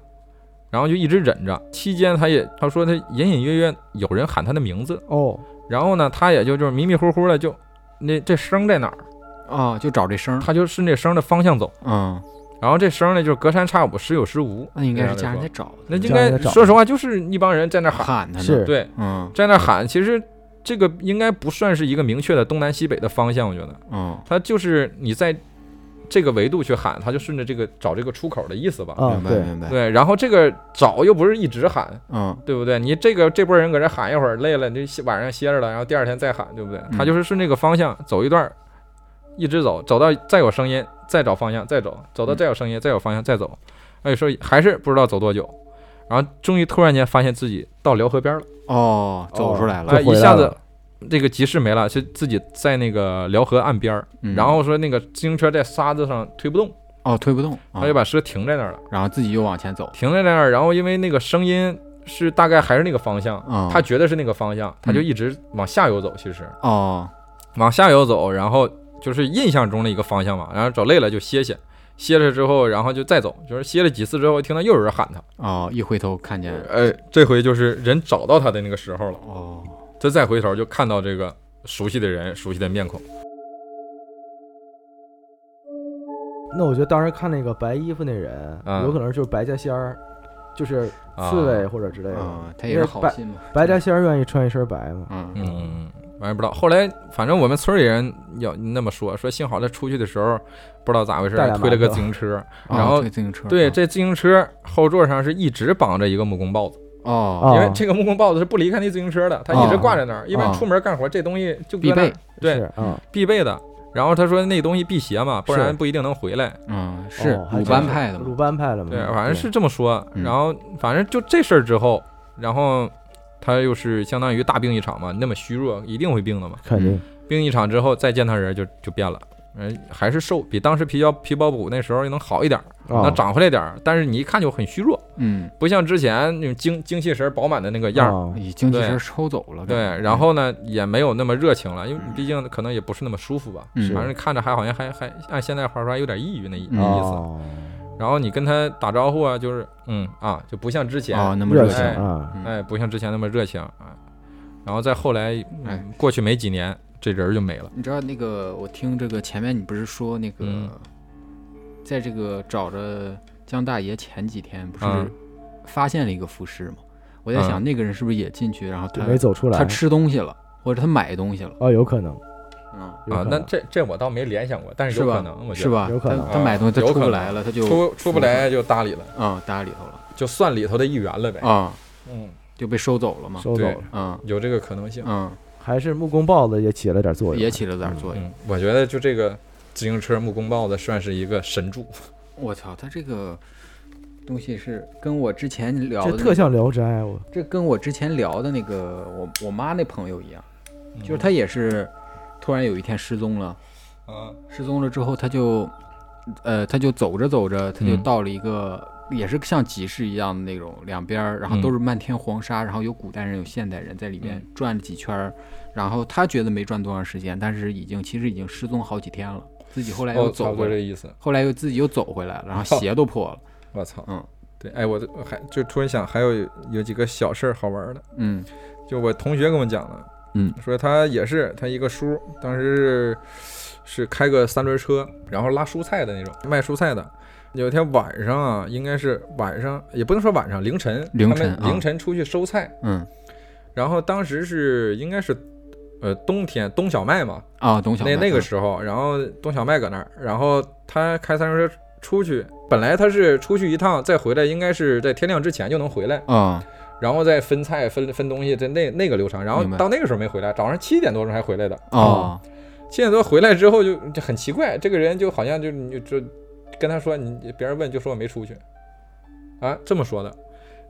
A: 然后就一直忍着，期间他也他说他隐隐约约有人喊他的名字，
B: 哦，
A: 然后呢他也就就是迷迷糊糊的就那这声在哪儿，
C: 啊，就找这声儿，
A: 他就顺这声的方向走。
C: 嗯，
A: 然后这声呢，就是隔三差五，时有时无。
C: 那应该是
A: 这
C: 家
A: 样
C: 人
A: 来
C: 在
A: 说
C: 找他，
A: 那应
B: 家人
A: 该
B: 在找
A: 说实话，就是一帮人在那喊，
C: 喊他呢，
B: 是
A: 对，
C: 嗯
A: 在那喊。其实这个应该不算是一个明确的东南西北的方向，我觉得
C: 嗯
A: 它就是你在这个维度去喊，它就顺着这个找这个出口的意思吧。
B: 啊
C: 明，白
B: 对，
C: 明白，
A: 对，然后这个找又不是一直喊，
C: 嗯
A: 对不对？你这个这波人搁这喊一会儿，累了你就歇晚上歇着了，然后第二天再喊，对不对？
B: 嗯
A: 他就是顺这个方向走一段儿，一直走，走到再有声音，再找方向，再走，走
B: 嗯
A: 到再有声音，再有方向，再走。哎，说还是不知道走多久，然后终于突然间发现自己到辽河边了，
C: 哦，走出来
B: 就
A: 哎，
C: 了，
B: 回
A: 一
B: 来
A: 下子
B: 了
A: 这个集市没了，就自己在那个辽河岸边儿，
C: 嗯
A: 然后说那个自行车在沙子上推不动，
C: 哦推不动，啊
A: 他就把车停在那儿了，
C: 然后自己又往前走，
A: 停在那儿，然后因为那个声音是大概还是那个方向，
C: 啊，
A: 他觉得是那个方向，他就一直往下游走，其实
C: 哦
A: 往下游走，然后就是印象中的一个方向嘛，然后找累了就歇歇。歇了之后，然后就再走，就是歇了几次之后，听到又有人喊他，
C: 哦，一回头看见，
A: 呃，这回就是人找到他的那个时候了。
C: 哦，
A: 他再回头就看到这个熟悉的人、熟悉的面孔。
B: 那我觉得当时看那个白衣服那人，
A: 嗯
B: 有可能就是白家仙儿，就是
A: 啊
B: 刺猬或者之类的。
C: 嗯，他也是好心嘛，
B: 白家仙儿愿意穿一身白嘛？
C: 嗯嗯
A: 嗯，我也不知道。后来反正我们村里人要那么说，说幸好他出去的时候不知道咋回事
B: 带俩，
A: 推了个
B: 馒头
A: 自行 车。啊
C: 哦
A: 然后
C: 推自行车，
A: 对，
C: 嗯
A: 这自行车后座上是一直绑着一个木工刨子。
C: 哦
A: 因为
B: 啊
A: 这个木工豹子是不离开那自行车的，它一直
C: 啊
A: 挂在那儿。一般
C: 啊
A: 出门干活，这东西就搁
C: 必
A: 那儿
C: 备，
A: 对，嗯
B: 是啊，
A: 必备的。然后他说那东西辟邪嘛，不然
B: 是
A: 不一定能回来。
C: 嗯，是
B: 哦还
C: 鲁
B: 真
C: 班
B: 是
C: 派的嘛
B: 鲁，班派的嘛？
A: 对，反正是这么说。
C: 嗯
A: 然后反正就这事儿之后，然后他又是相当于大病一场嘛，那么虚弱，一定会病的嘛。
B: 肯定
A: 病一场之后再见他人就就变了，嗯，还是瘦，比当时皮胶皮包骨那时候能好一点儿，
B: 啊，
A: 能嗯长回来点儿，但是你一看就很虚弱，
C: 嗯，
A: 不像之前那种精精气神儿饱满的那个样儿。
B: 啊
C: 已经其
A: 对
C: 实抽走了。嗯
A: 对，
C: 感觉
A: 然后呢，也没有那么热情了，因为毕竟可能也不是那么舒服吧，
C: 嗯
A: 反正看着还好像还还按现在话说还有点抑郁那意
C: 嗯
A: 那意思。
B: 哦
A: 然后你跟他打招呼啊，就是嗯啊，就不像之前，
C: 哦，那么
B: 热
C: 情
B: 情
A: 哎
B: 啊，
C: 嗯
A: 哎，不像之前那么热情啊。然后再后来，
C: 哎
A: 嗯，过去没几年，这人儿就没了。
C: 你知道那个，我听这个前面你不是说那个，
A: 嗯
C: 在这个找着江大爷前几天不
A: 嗯
C: 是发现了一个浮尸吗？我在
A: 嗯
C: 想那个人是不是也进去，然后他
B: 没走出来
C: 他，吃东西了，或者他买东西了，
B: 哦，有可能，
C: 嗯，
B: 有
A: 啊
B: 可，
A: 那
B: 能
A: 这这我倒没联想过，但是有
C: 是吧
A: 可能，我觉
C: 是
A: 得
C: 吧？
B: 有可能
C: 他他买东西他
A: 有
C: 出不
A: 可
C: 来
A: 能
C: 了，他就
A: 出出不来就搭理了，
C: 啊搭里头了
A: 就算里头的一员了呗。
C: 啊，
A: 嗯，
C: 就被收走了嘛，
B: 收走
A: 对
B: 了，
C: 嗯
A: 有这个可能性。
C: 嗯，
B: 还是木工豹子也起了点作用，啊
C: 也起了点作用。
A: 嗯，我觉得就这个自行车木工豹子算是一个神助。
C: 我操，他这个东西是跟我之前聊
B: 这
C: 的
B: 特像聊斋，我
C: 这跟我之前聊的那个我我妈那朋友一样，
A: 嗯
C: 就是她也是突然有一天失踪了，
A: 啊，
C: 失踪了之后她就，呃，她就走着走着，她就
A: 嗯
C: 到了一个、也是像集市一样的那种，两边儿然后
A: 嗯
C: 都是漫天黄沙，然后有古代人有现代人在里面转了几圈儿，然后她觉得没转多长时间，但是已经其实已经失踪好几天了，自己后来又
A: 哦，差
C: 走
A: 不多
C: 回
A: 这
C: 来，
A: 意思。
C: 后来又自己又走回来了，然后
A: 操
C: 鞋 都破了，
A: 我操，
C: 嗯，
A: 对，哎，我这我还就突然想，还有有几个小事儿好玩的，
C: 嗯
A: 就我同学跟我讲的，
C: 嗯，
A: 说他也是他一个叔，当时是是开个三轮车，然后拉蔬菜的那种，卖蔬菜的。有一天晚上啊，应该是晚上，也不能说晚上，凌晨，
C: 凌
A: 他
C: 晨啊
A: 们凌晨出去收菜，
C: 嗯
A: 然后当时是应该是，呃，冬天冬小麦嘛，
C: 啊，董小
A: 那
C: 麦
A: 那个
C: 嗯
A: 时候，然后董小麦搁那儿，然后他开三轮车出去，本来他是出去一趟再回来，应该是在天亮之前就能回来，
C: 啊
A: 然后再分菜分分东西，这那那个流程，然后
C: 明白
A: 到那个时候没回来，早上七点多钟还回来的，
C: 哦
A: 七点多回来之后就就很奇怪，这个人就好像就你就就跟他说你别人问就说我没出去，啊这么说的，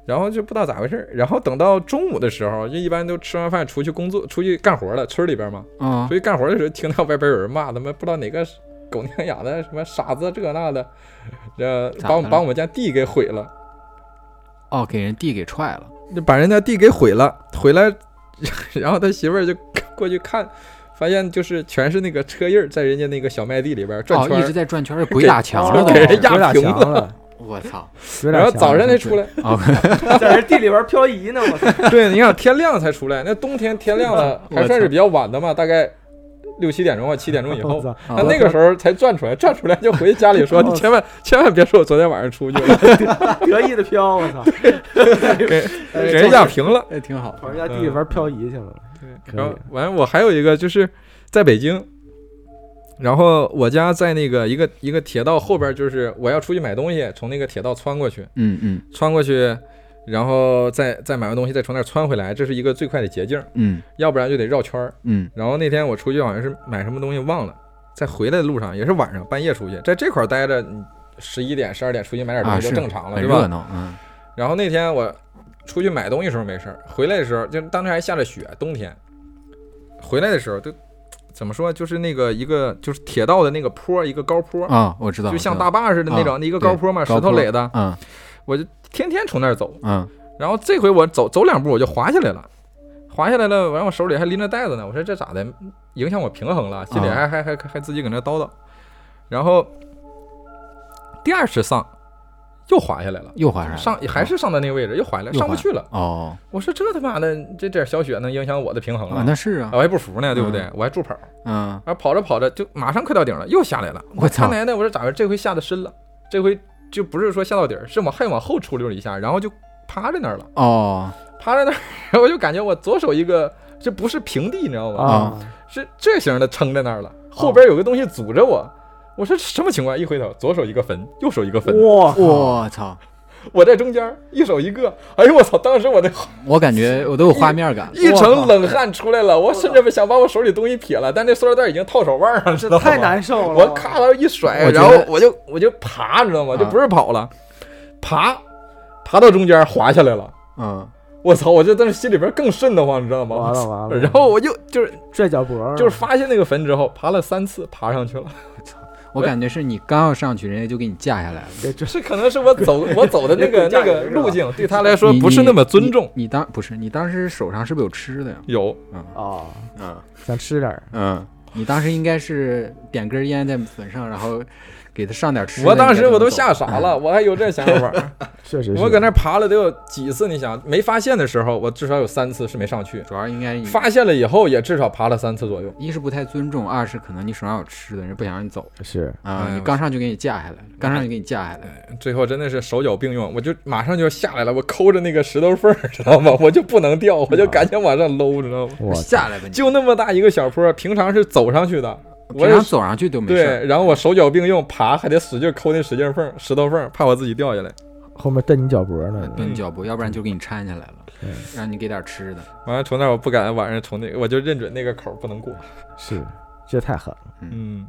A: 然后就不知道咋回事儿，然后等到中午的时候，就一般都吃完饭出去工作出去干活了，村里边嘛，
C: 啊
A: 出去干活的时候听到外边有人骂他们不知道哪个狗娘养的什么傻子这那的，呃
C: 咋
A: 把我
C: 的
A: 们把我们家地给毁了。
C: 哦，给人地给踹了。
A: 就把人家地给毁了，毁了， 然后他媳妇儿就 过去看，发现就是全是那个车印儿在人家那个小麦地里边儿转圈
C: 哦，一
A: 儿，
C: 直在转圈儿，鬼打墙了
B: 哦
A: 给
C: 都
A: 人。压
B: 压
A: 平
B: 墙
A: 了
B: 了，
C: 我操！
B: 鬼打
A: 然后
B: 墙
A: 早
B: 了
A: 上才 出来。
C: 啊，
B: 在人地里边漂移呢，我操！
A: 对，你看天亮才出来，那冬天天亮 了还算是比较晚的嘛，大概六七点钟啊，七点钟以后
B: 我。操
A: 他
C: 他
A: 那个时候才转出来，转出来就回家里说：“你千万千万别说我昨天晚上出去 了，
B: 得意的飘，我操！
A: 给人压平了。”
C: 哎挺好。
B: 跑人家地里边漂移去了，可以
A: 然后完，我还有一个就是在北京，然后我家在那个一个一个铁道后边儿，就是我要出去买东西，从那个铁道穿过去，
C: 嗯嗯
A: 穿过去，然后再再买完东西再从那儿穿回来，这是一个最快的捷径儿，
C: 嗯
A: 要不然就得绕圈儿。
C: 嗯
A: 然后那天我出去好像是买什么东西忘了，在回来的路上也是晚上半夜出去，在这块儿待着，嗯十一点十二点出去买点东
C: 啊，
A: 西
C: 是
A: 就正常了，
C: 很
A: 对
C: 热
A: 吧？
C: 闹。嗯
A: 然后那天我出去买东西的时候没事儿，回来的时候就当时还下着雪，冬天。回来的时候就怎么说，就是那个一个就是铁道的那个坡，一个高坡，
C: 啊，我知道，
A: 就像
C: 我知道
A: 大坝似的那种，
C: 啊
A: 那一个高坡嘛，
C: 对
A: 石头垒的，
C: 嗯
A: 我就天天从那儿走。
C: 嗯
A: 然后这回我走走两步我就滑下来了，滑下来了，完我手里还拎着袋子呢，我说这咋的，影响我平衡
C: 啊
A: 了，心里还、还还还自己搁那叨叨。然后第二次上又滑下来了，
C: 又滑来了
A: 上还是上的那个位置，又滑下来，
C: 啊又滑
A: 上不去了。
C: 哦
A: 我说这他妈的，这点小雪能影响我的平衡
C: 啊，
A: 了？
C: 那是啊
A: 我，还不服呢，对不对
C: 嗯？
A: 我还助跑，
C: 嗯
A: 啊，跑着跑着就马上快到顶了，又下来了。
C: 我操
A: 他奶奶，我说咋回事？这回下的深了，这回就不是说下到底儿，是往还往后出溜了一下，然后就趴在那儿了。
C: 哦
A: 趴在那儿， 我就感觉我左手一个，这不是平地，你知道吗？
B: 啊！
A: 是这型的撑在那儿
C: 啊
A: 了，后边有个东西阻着我。我说什么情况？一回头，左手一个坟，右手一个坟，
B: 哇
C: 我操！
A: 我在中间儿，一手一个。哎呦我操！当时我的
C: 我感觉我都有画面感。
A: 一层冷汗出来了，我甚至想把我手里东西撇了，但那塑料袋已经套手腕上了，知道
B: 这
A: 吗
B: 太难受了！
A: 我咔嚓一甩，
C: 我觉
A: 然
C: 得
A: 后我就我就爬，你知道吗？
C: 啊
A: 就不是跑了，爬，爬到中间滑下来了。
C: 嗯
A: 我操！我就当时心里边更瘆得慌，你知道吗？
B: 完了完了，嗯
A: 然后我就就是
B: 拽脚脖儿
A: 就是发现那个坟之后，爬了三次，爬上去了。
C: 我感觉是你刚要上去，人家就给你架下来了。
B: 给这
A: 这可能是我 走我走的那个
B: 骨架
A: 那个
B: 也是吧
A: 路径，对他来
C: 说
A: 说不是那么尊重。
C: 你当不是你当时手上是不是有吃的呀？
A: 有，
B: 啊，
C: 嗯
B: 想吃点儿，
C: 嗯，你当时应该是点根烟在坟上，然后给他上点吃的。
A: 我当时我都
C: 你才
A: 吓
C: 能走嗯
A: 傻了，。我还有这想法儿。
B: 确实是
A: 我搁那爬了得有几次？你想没发现的时候，我至少有三次是没上去
C: 嗯。主要应该你
A: 发现了以后，也至少爬了三次左右。
C: 一是不太尊重，二是可能你手上有吃的，人家不想让你走
B: 是
C: 啊。
A: 哎
C: 你刚上去给你架下来，刚上去给你架下来，
A: 最后真的是手脚并用，我就马上就要下来了，我抠着那个石头缝儿，知道吗？我就不能掉，我就赶紧往上搂，知道吗？
B: 我
C: 下来吧你。
A: 就那么大一个小坡，平常是走上去的，我
C: 平常
A: 是
C: 走上去都没事儿。
A: 对，然后我手脚并用爬，还得使劲抠那使劲缝儿石头缝儿，怕我自己掉下来。
B: 后面蹬你脚脖呢，
A: 嗯
C: 蹲你脚步，要不然就给你搀下来了
B: 对，
C: 让你给点吃的。
A: 完了，从那儿我不敢晚上从那个，我就认准那个口儿不能过。
B: 是这太狠了。
A: 嗯，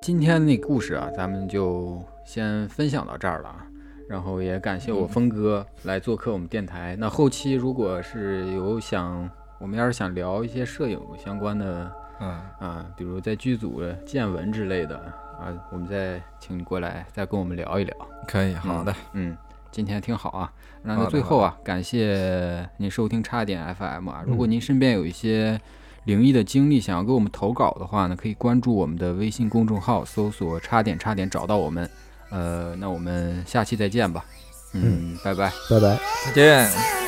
C: 今天那故事啊，咱们就先分享到这儿了啊。然后也感谢我峰哥来做客我们电台。那后期如果是有想，我们要是想聊一些摄影相关的
A: 嗯，
C: 啊，比如在剧组的见闻之类的啊，我们再请你过来，再跟我们聊一聊。
A: 可以，
C: 好的，嗯，今天挺好啊。那
A: 好
C: 在
A: 的嗯
C: 最
A: 好
C: 后啊，感谢您收听差点 FM 啊。如果您身边有一些灵异的经历，想要给我们投稿的话呢，可以关注我们的微信公众号，搜索“差点差点”，找到我们。呃，那我们下期再见吧。嗯，拜拜。
B: 拜拜。
A: 再见。
D: Thank